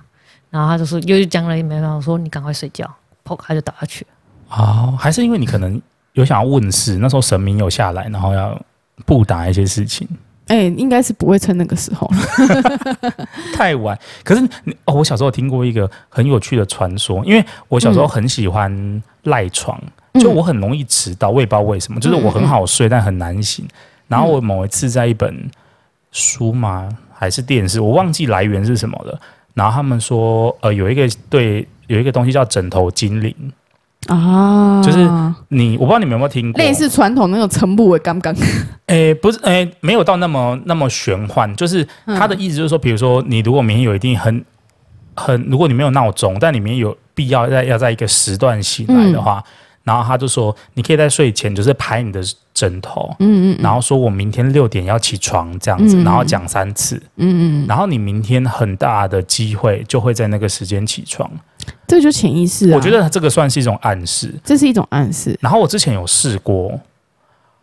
然后他就说又讲了一没有，我说你赶快睡觉，砰，他就倒下去了。
哦，还是因为你可能有想要问世，那时候神明有下来，然后要布达一些事情，
哎、应该是不会趁那个时候了。
太晚。可是你哦，我小时候听过一个很有趣的传说，因为我小时候很喜欢赖床，
嗯
就我很容易迟到，我也不知道为什么，就是我很好睡，但很难醒。然后我某一次在一本书嘛，还是电视，我忘记来源是什么了。然后他们说，呃，有一个对，有一个东西叫枕头精灵，
啊，
就是你我不知道你们有没有听过，
类似传统那种城堡的刚刚。
诶，不是，诶，没有到那么那么玄幻，就是
嗯
他的意思就是说，比如说你如果明天有一定很很，如果你没有闹钟，但你明天有必要在要在一个时段醒来
嗯
的话，然后他就说，你可以在睡前就是拍你的枕头，
嗯嗯嗯
然后说我明天六点要起床这样子，
嗯嗯嗯
然后讲三次，
嗯嗯，
然后你明天很大的机会就会在那个时间起床。
这就潜意识啊。
我觉得这个算是一种暗示。
这是一种暗示，
然后我之前有试过，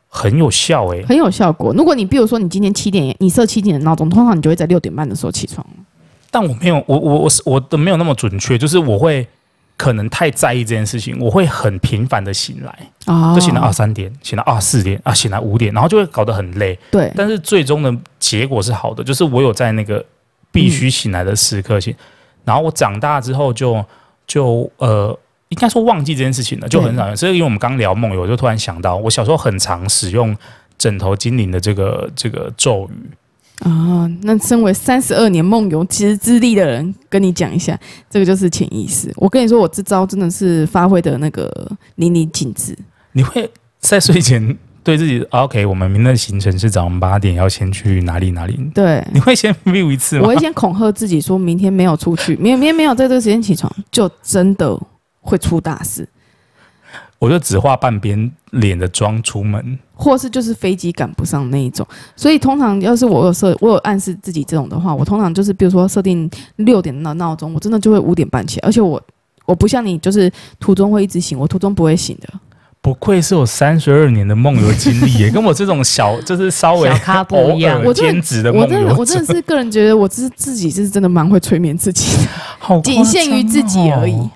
很有效诶。
很有效果。如果你比如说你今天七点，你设七点的闹钟，通常你就会在六点半的时候起床。
但我没有，我我我是我的没有那么准确，就是我会可能太在意这件事情，我会很频繁的醒来，
哦
就醒来二三点，醒来二四点啊，醒来五点，然后就会搞得很累。
对，
但是最终的结果是好的，就是我有在那个必须醒来的时刻醒。然后我长大之后就就呃，应该说忘记这件事情了，就很少。所以因为我们刚聊梦游，我就突然想到，我小时候很常使用枕头精灵的这个这个咒语。
啊、那身为三十二年梦游其实资历的人，跟你讲一下，这个就是潜意识。我跟你说，我这招真的是发挥的那个淋漓尽致。
你会在睡前对自己、啊 OK？我们明天的行程是早上八点要先去哪里哪里？
对，
你会先 view 一次
我
吗？
会先恐吓自己，说明天没有出去，明明天没有在这个时间起床，就真的会出大事，
我就只画半边脸的妆出门。
或是就是飞机赶不上那一种。所以通常要是我有设，我有暗示自己这种的话，我通常就是比如说设定六点的闹钟，我真的就会五点半起来，而且我我不像你，就是途中会一直醒，我途中不会醒的。
不愧是我三十二年的梦游经历 耶，跟我这种小就是稍微
小咖不一样
偶尔
我真的
兼职的梦
我真的
游
我真
者，
的是个人觉得我自自己是真的蛮会催眠自己的，哦
好夸张哦哦
仅限于自己而已。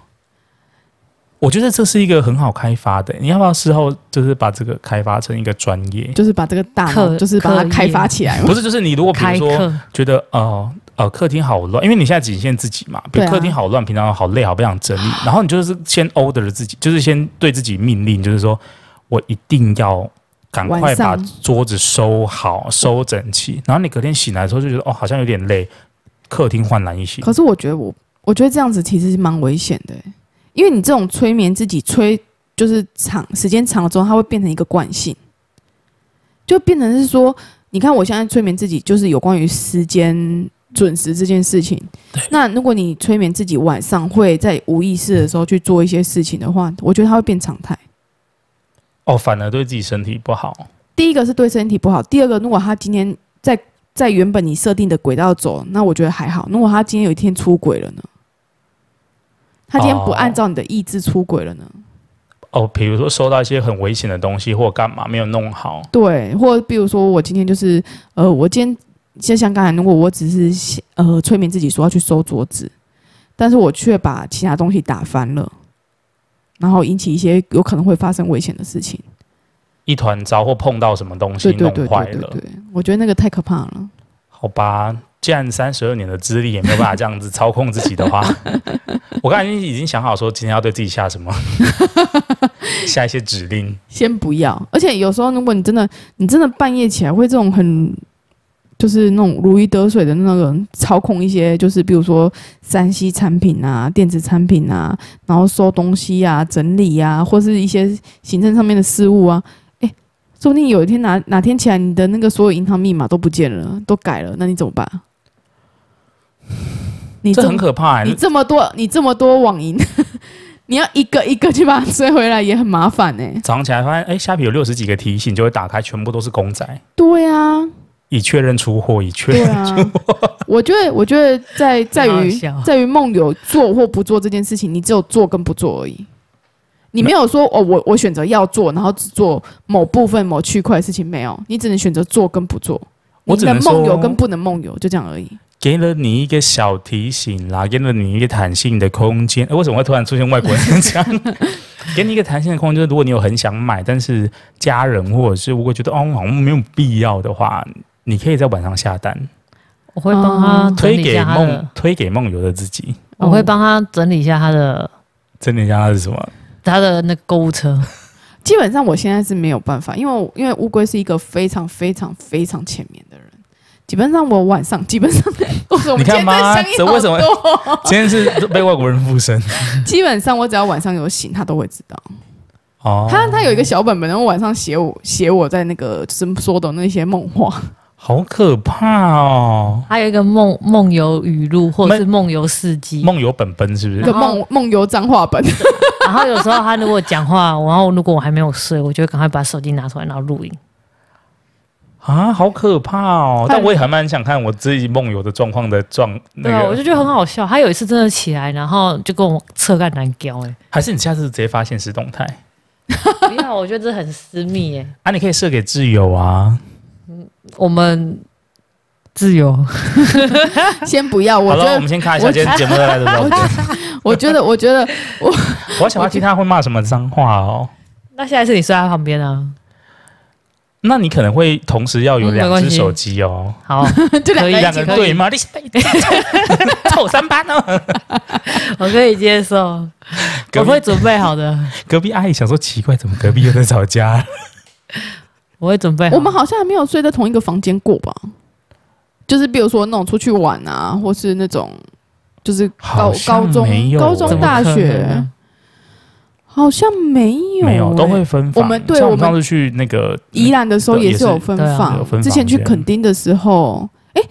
我觉得这是一个很好开发的，你要不要事后就是把这个开发成一个专业？
就是把这个大脑
刻
就是把
刻
它
意
开发起来嘛。
不是，就是你如果哎比如说
开课
觉得呃呃客厅好乱，因为你现在仅限自己嘛，比
对
如
啊
客厅好乱，平常好累，好不想整 理，然后你就是先 order 自己，就是先对自己命令，就是说我一定要赶快把
晚上
桌子收好、收整齐，然后你隔天醒来的时候就觉得哦，好像有点累，客厅焕然一新。
可是我觉得我，我觉得这样子其实是蛮危险的欸，因为你这种催眠自己催，就是长时间长了之后，它会变成一个惯性，就变成是说你看我现在催眠自己，就是有关于时间准时这件事情。那如果你催眠自己晚上会在无意识的时候去做一些事情的话，我觉得它会变常态。
哦，反而对自己身体不好。
第一个是对身体不好，第二个，如果他今天在在原本你设定的轨道走，那我觉得还好。如果他今天有一天出轨了呢？他今天不
哦
按照你的意志出轨了呢？
哦，比如说收到一些很危险的东西或干嘛没有弄好，
对，或比如说我今天就是呃，我今天就像刚才，如果我只是想呃催眠自己说要去收桌子，但是我却把其他东西打翻了，然后引起一些有可能会发生危险的事情。
一团糟或碰到什么东西
对对
弄
对
坏
对对
了，
对，我觉得那个太可怕了。
好吧，既然三十二年的资历也没有办法这样子操控自己的 话，我刚才已经已经想好说今天要对自己下 什么，下一些指令。
先不要，而且有时候如果你真的你真的半夜起来会这种很。就是那种如鱼得水的那个操控一些，就是比如说三 C 产品啊、电子产品啊，然后收东西啊、整理啊，或是一些行政上面的事务啊。哎，说不定有一天哪哪天起来，你的那个所有银行密码都不见了，都改了，那你怎么办？你
这
么
很可怕、
你
欸，
这么多你这么多网银， 你要一个一个去把它追回来，也很麻烦欸呢、
早上起来发现，哎、虾皮有六十几个提醒，就会打开，全部都是公仔，
对啊，
已确认出货，已确
对
认。
啊，我觉得，我觉得 在在
好好
于
笑
在于梦游做或不做这件事情，你只有做跟不做而已。你没有说哦，我我选择要做，然后只做某部分某区块的事情，没有，你只能选择做跟不做。
我
你
只
能
能
梦游
说
跟不能梦游，就这样而已。
给了你一个小提醒啦，给了你一个弹性的空间。哎诶为什么会突然出现外国人这 样？给你一个弹性的空间，就是如果你有很想买，但是家人或者是如果觉得哦好像没有必要的话，你可以在晚上下单，
我会帮 他整
推
理一
给
下他
梦
的，
推给梦游的自己。
我会帮他整理一下他的
真的像他是什 么？
他的那个购物车。
基本上我现在是没有办法，因为我因为乌龟是一个非常非常非常浅眠的人。基本上我晚上基本上，我说我
你
们
看
今天
嘛
在相应
这为什么
好多哦
今天是被外国人附身
基本上我只要晚上有醒，他都会知道。
哦，
他他有一个小本本，然后晚上写我写我在那个就是说的那些梦话，
好可怕哦！
还有一个梦梦游语录，或者是梦游事迹。
梦游本本是不
一
是
个
然？后
梦梦游脏话本。
然后有时候他如果讲话，然后如果我还没有睡，我就会赶快把手机拿出来，然后录影。
啊，好可怕哦！
他
但我也还蛮想看我自己梦游的状况的状那
对啊，我
个，嗯
就觉得很好笑。他有一次真的起来，然后就跟我侧干难交哎、
还是你下次直接发现实动态
欸， 不要，我觉得这很私密哎、
啊？你可以设给挚友啊。
我们自由，
先不要，我
好
觉
了，我们
得
先看一下今天节目的来的到此。
我觉得我 觉得
我好想要听他会骂什么脏话哦。
那下一次你睡在他旁边啊？
那你可能会同时要有
嗯没
两
关
只
系
手机哦，
好，
就两
可以
个
两
人
个
一
人
起
对骂，你 臭三哦八呢？
我可以接 受，
隔
我
壁
会准备好的，
隔壁阿姨想说奇怪，怎么隔壁又在吵架？
我会准备好。
我们好像还没有睡在同一个房间过吧？就是比如说那种出去玩啊，或是那种就是高
好像
高中
没有
高中
怎么
大
可
学
能
好像没有、
没有，都
欸
会分房。
我们对
像我
我们
上次去那个
宜兰的时候
对
也
也
是
是
有分
对啊
有
房，
分
之前
房
去
间
垦丁的时候，哎、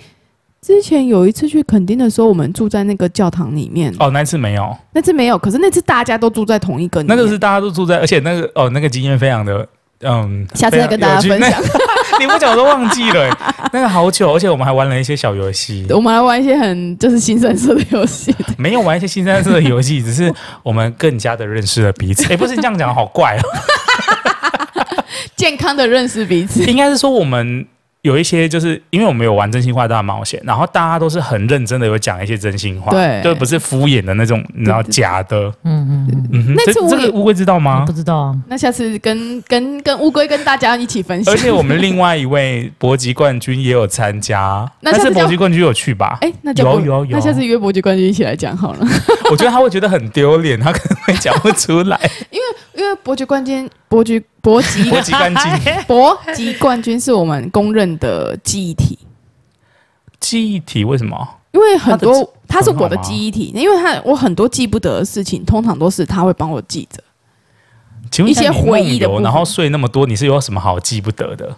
之前有一次去垦丁的时候，我们住在那个教堂里面，
哦，那一次没有，
那次没有，可是那次大家都住在同一个里
那
面，
个是大家都住在，而且那个哦，那个经验非常的，嗯，
下次再跟大家
非常
分
有趣
享。，
那你不讲我都忘记了欸，那个好久，而且我们还玩了一些小游戏
我们来玩一些很就是新生色的游戏，
没有玩一些新三色的游戏，只是我们更加的认识了彼此。 哎、不是你这样讲，好怪哦，
健康的认识 彼此。
应该是说我们。有一些就是因为我们有玩真心话大冒险，然后大家都是很认真的有讲一些真心话，
对
就不是敷衍的那种，你知道
哎对对
假的。
嗯嗯嗯，
嗯哼，
那
这
次我
这
也
个乌龟知道
我
吗
不？知道啊，
那下次跟跟跟乌龟跟大家一起分享。
而且我们另外一位搏击冠军也有参加，
那
但
下
是
次
搏
叫
击冠军有去吧？
哎、那就不
有有有
那下次约伯爵冠军一起来讲好了，
我觉得他会觉得很丢脸，他可能会讲不出 来。
因为伯爵冠军、伯爵、伯吉
搏击冠军
搏击冠军是我们公认的记忆体，
记忆体为什么？
因为很
他的
多它是
很好
我的
吗
记忆体，因为它我很多记不得的事情，通常都是他会帮我记着。
请问
一些
下你
回忆的
梦游
部分
然后睡那么多，你是有什么好记不得的？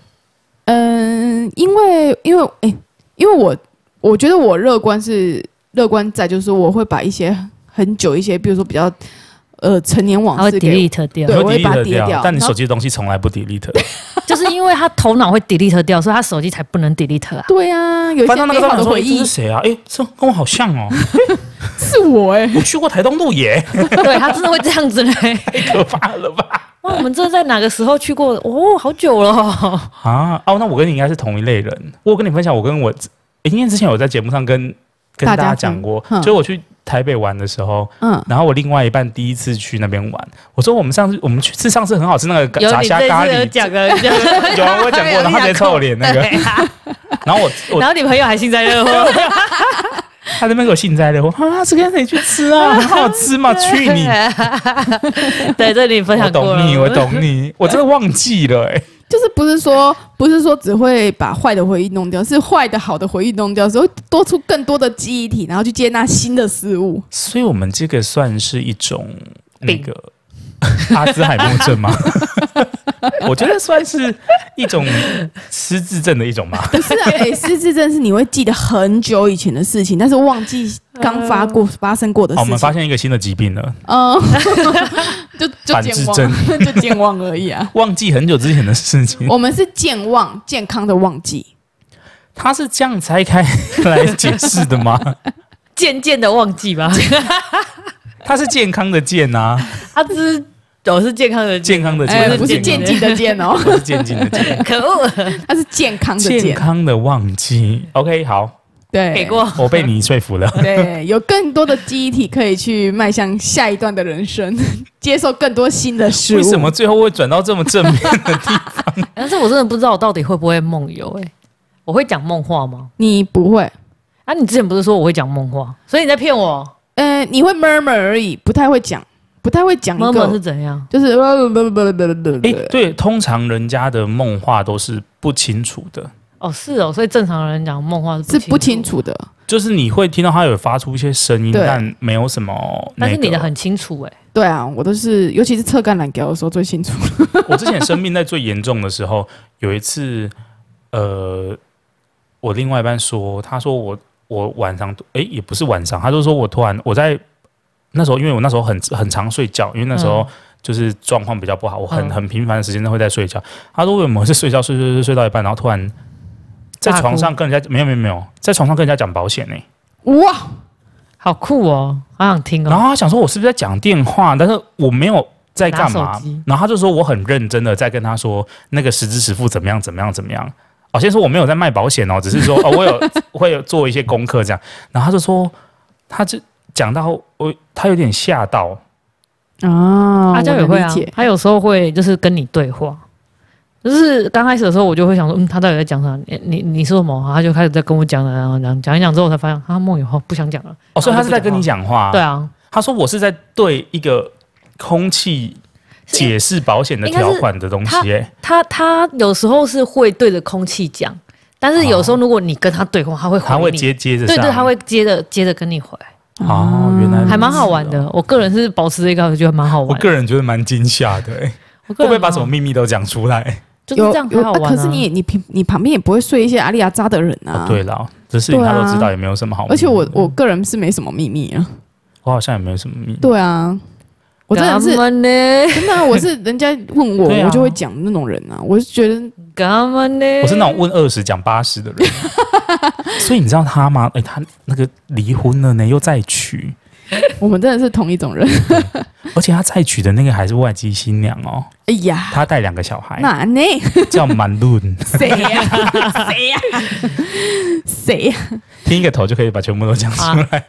嗯，嗯，因为因为哎、因为我我觉得我乐观是乐观在，就是我会把一些很久一些，比如说比较呃成年
他
往
会
事给
delete 掉
对，
你
我会把它
delete
叠掉
但你
然后
手机的东西从来不 delete，
就是因为他头脑会 delete 掉，所以他手机才不能 delete 啊。
对啊，有一
翻
些
到那
美
个照
好
片
的
说：“
回
诶这
忆
是谁啊？哎，这跟我好像哦，
是我哎、
我去过台东路耶，
对他真的会这样子嘞。
太可怕了吧
哇，我们这在哪个时候去过？哦，好久了 哦。！”
啊，哦，那我跟你应该是同一类人。我有跟你分享，我跟我诶因为之前有在节目上跟跟
大
大
家
家讲过
分，嗯
就是我去台北玩的时候，
嗯，
然后我另外一半第一次去那边玩，我说我们上次我们去吃上次很好吃那个
有
炸
你
虾
这
咖
次有
喱，
讲了，就
有啊，我有讲 过，然后他直接臭我脸那个，
对啊
然后我我
然后你朋友还幸灾 乐祸，
他那边给我幸灾乐祸啊，这个谁去吃啊？ 很好吃嘛，去你！
对，这里分
我
享过了
懂你，我懂你，我真的忘记了哎、
就是不是说不是说只会把坏的回忆弄掉，是坏的好的回忆弄掉，所以多出更多的记忆体，然后去接纳新的事物。
所以我们这个算是一种那
病
个 阿兹海默症吗？ 我觉得算是一种失智症的一种吧。
不是啊，哎、失智症是你会记得很久以前的事情，但是忘记刚发过、发生过的事
好，哦
情。
我们发现一个新的疾病了，
嗯，就就
反智
健忘， 就健忘而 已啊。
忘记很久之前的事情。
我们是健忘，健康的忘记。
它是这样拆开来解释的吗？
渐渐的忘 记吧。
它是健康的健啊，
阿芝，我是健康的
健康的
我
健
哎、
是
不是
健
渐进的健哦，
不是渐进的健，
可 恶，
它是健康的
健
健。
康的忘记。OK，好，
对，
给。过。
我被你说服了。
对，有更多的记忆体可以去迈向下一段的人生， 接受更多新的事物。
为什么？最后会转到这么正面的地方？
但是我真的不知道我到底会不会梦游哎、欸我会讲梦话吗？
你不会？
啊，你之前不是说我会讲梦话，所以你在骗我。
呃，你会 murmur 而已，不太会讲，不太会讲一
妈妈是
个，
怎样？
就是呃不不不不不
诶，
不不，
对，通常人家的梦话都是不清楚的，
哦，是哦，所以正常人讲梦话
是
是
不
不
清
楚，
楚的。
就是你会听到他有发出一些声音，
对
但没有什么、那
但
个。
是你的很清楚哎、
对啊，我都是，尤其是测橄榄给我的时候最清楚。
我之前生病在最严重的时候，有一次，呃，我另外一半说，他说我我晚上，诶，也不是晚上，他就说我突然我在那时候，因为我那时候很很常睡觉，因为那时候
嗯
就是状况比较不好，我很
嗯
很频繁的时间都会在睡觉。他说我有某一次睡觉睡睡睡睡到一半，然后突然在
大哭
床上跟人家没有没有没有在床上跟人家讲保险呢、
哇，
好酷哦，好想听
然
哦。
后他想说我是不是在讲电话，但是我没有在干
拿
嘛
手机。
然后他就说我很认真的在跟他说那个实支实付怎么样怎么样怎么样。哦，先说我没有在卖保险哦，只是说哦我有 会有做一些功课这样。然后他就说他就讲到我他有点吓到，
啊
阿娇也会啊，他有时候会就是跟你对话，就是刚开始的时候我就会想说，嗯，他到底在讲啥？你你你说什么？他就开始在跟我讲讲讲讲一讲之后，我才发现他梦游，哦不想讲了。
哦，所以他是在跟你讲话。
对，啊，
他说我是在对一个空气解释保险的
应该是
条款的东
他
西、欸。
他他有时候是会对着空气讲，但是有时候如果你跟他对话，他会回
哦他会
你
接接着
对
上
对，他会接着接着跟你回，
哦，原来
还蛮好玩
如此哦。
的。我个人是保持这个，我觉得蛮好
我
玩。
个人觉得蛮惊吓的、欸，
我
会
个
不
人
会把什么
蛮好
秘密都讲出来？
就是这样才好
有有啊
玩啊？
可是你也你旁你旁边也不会睡一些阿里阿扎的人啊。
哦、对。嗯啦，这事情他
对啊
都知道，也没有什么好秘密的。
而且我我个人是没什么秘密啊。
我好像也没有什么秘密。
对啊，我真的是
干嘛呢？
真的啊、我是人家问我，
对啊
我就会讲的那种人啊。我是觉得
干嘛呢？
我是那种问二十讲八十的 人，所以你知道他吗？哎、他那个离婚了呢，又再娶，
我们真的是同一种 人。
而且他再娶的那个还是外籍新娘哦，
哎呀，
他带两个小孩，
哪呢？
叫满 论，
谁呀、谁呀、谁呀、
听一个头就可以把全部都讲出
啊
来。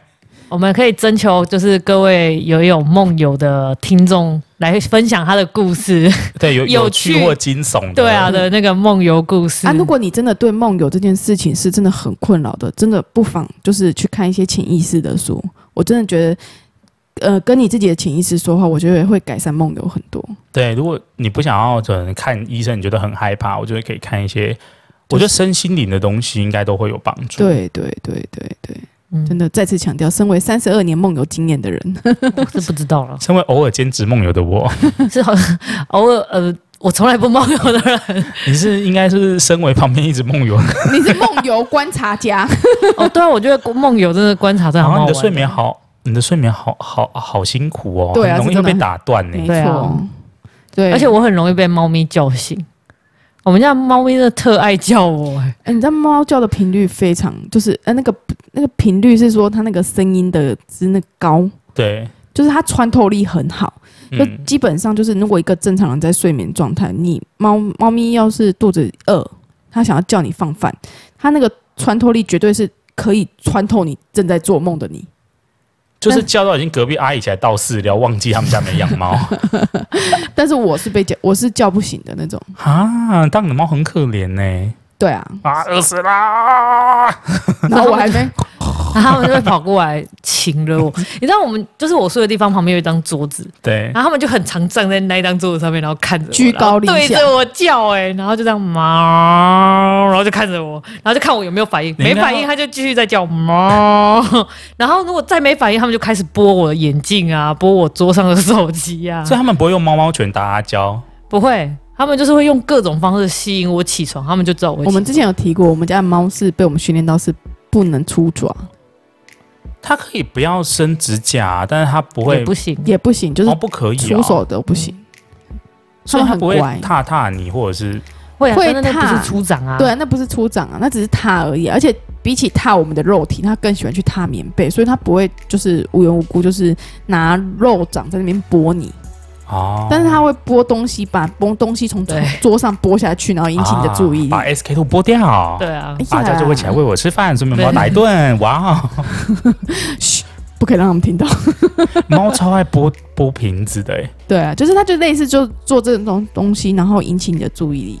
我们可以征求，就是各位有有梦游的听众来分享他的故事，
对，有
有
趣
趣
或惊悚的，
对啊的那个梦游故
嗯
事
啊，如果你真的对梦游这件事情是真的很困扰的，真的不妨就是去看一些潜意识的书。我真的觉得，呃，跟你自己的潜意识说话，我觉得会改善梦游很多。
对，如果你不想要可能看医生，你觉得很害怕，我觉得可以看一些，我觉得身心灵的东西应该都会有帮助。，
对对对对对，
嗯
真的再次强调，身为三十二年梦游经验的人，
我是不知道了
身为偶尔兼职梦游的我，
是好偶尔呃我从来不梦游的人。
你是应该是身为旁边一直梦游，
你是梦游观察家，
哦，对啊，我觉得梦游真的观察真的
然
好好
后
玩。
你的睡眠好，你的睡眠好好好辛苦哦，
对啊
很容易
是真
会
的嗯
被打断呢、
没
对
错
啊，
对，
而且我很容易被猫咪叫醒。我们家猫咪真的特爱叫我、 欸，
哎、你知道猫叫的频率非常，就是呃那个那个频率是说它那个声音的之那高，
对，
就是它穿透力很好。就
嗯，
基本上就是，如果一个正常人在睡眠状态，你猫猫咪要是肚子饿，它想要叫你放饭，它那个穿透力绝对是可以穿透你正在做梦的你。
就是叫到已经隔壁阿姨起来倒饲料，忘记他们家没养 猫
但是我是被叫，我是叫不醒的那种。
啊，当你的猫很可怜呢、
对啊，
啊，饿死啦！
然后我还没，
然后他们就会跑过来 亲了我。你知道我们就是我睡的地方旁边有一张桌子，
对，
然后他们就很常站在那一张桌子上面，然后看着我
居高临下
然后对着我叫、哎，然后就这样猫，然后就看着我，然后就看我有没有反应，
你
没
应该
反应
要
他就继续在叫猫， 然后如果再没反应，他们就开始拨我的眼镜啊，拨我桌上的手机 啊，
所以他们不会用猫猫拳打阿娇，
不会，他们就是会用各种方式吸引我起床，他们就知道我会
我们
起
之前有提过，我们家的猫是被我们训练到是不能出爪，
它可以不要伸指甲、啊但是它不
床
会
也不嗯行，
也不行，就是
哦，不可以、哦，
出手的不行。
所以它
它们
不
很
会
乖
踏踏你，或者是
会啊，
会
但是那不
踏
是出掌啊，
对啊，那不是出掌啊，那只是踏而已啊、而且比起踏我们的肉体，它更喜欢去踏棉被，所以它不会就是无缘无故就是拿肉掌在那边拨你，
哦，
但是它会拨东西，把拨东西从
对
桌上拨下去，然后引起你的注意力。
啊把 SK two 剥掉，
对啊
哎，
阿娇就会起来喂我吃饭，顺便帮我打一顿。哇 哦，
嘘，不可以让他们听到。
猫超爱剥剥瓶子的、欸，
对啊，就是它就类似就做这种东西，然后引起你的注意力。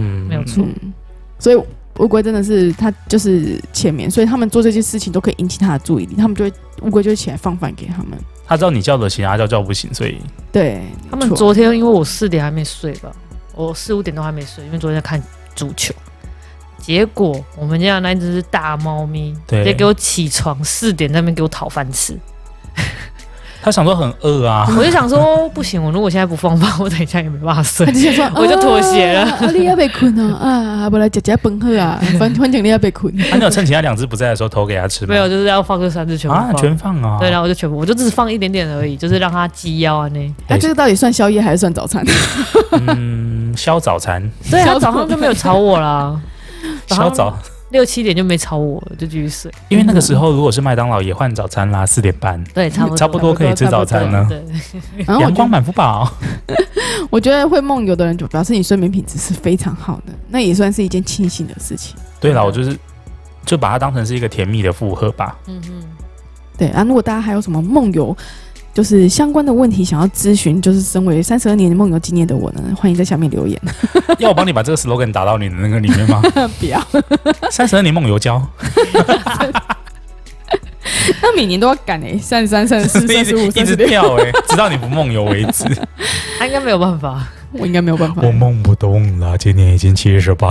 嗯，
没有错
嗯，所以乌龟真的是它就是前面，所以他们做这些事情都可以引起它的注意力，他们就会乌龟就会起来放饭给他们。
它知道你叫得醒，阿娇叫不醒，所以
对，
他们
没错
昨天因为我四点还没睡吧，我四五点都还没睡，因为昨天在看足球。结果我们家的那一只大猫咪
对
直接给我起床四点在那边给我讨饭吃，
它想说很饿 啊，
我就想说不行，我如果现在不放饭，我等一下也没办法睡
他。就想 说，
我就妥协了
啊啊你也被困哦，啊，不来姐姐本喝啊，反反正你也被困。
啊你有趁其他两只不在的时候偷给它吃吗？
没有，就是要放这三只全部
啊，
放。
全放啊，
对，然后我就全部，我就只放一点点而已，就是让它鸡腰啊那。
那这个到底算宵夜还是算早餐？
嗯，消早 餐，
对啊，早上就没有吵我啦，
消早，
六七点就没吵我，就继续睡。
因为那个时候如果是麦当劳也换早餐啦，四点半，
对，差不多，
差不多可以吃早餐了。
对，
然后我
阳
觉
光
得，
满福宝，
我觉得会梦游的人，就表示你睡眠品质是非常好的，那也算是一件庆幸的事情。
对
啊
了，我就是就把它当成是一个甜蜜的负荷吧。
嗯嗯。
对啊，如果大家还有什么梦游，就是相关的问题想要咨询，就是身为三十二年梦游经验的我呢，欢迎在下面留言。
要我帮你把这个 slogan 打到你的那个里面 吗？
不要，
三十二年梦游胶，
那每年都要赶诶，三十三、三十四、
一
三
直
十五、
一
三十
直
六，
跳哎、直到你不梦游为止。
他应该没有办法。
我应该没有办法。
梦不动了，今年已经七十八。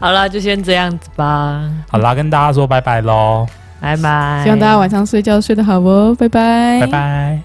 好了，就先这样子吧，
好啦，跟大家说拜拜喽，
拜拜。
希望大家晚上睡觉睡得好哦，拜拜，
拜拜。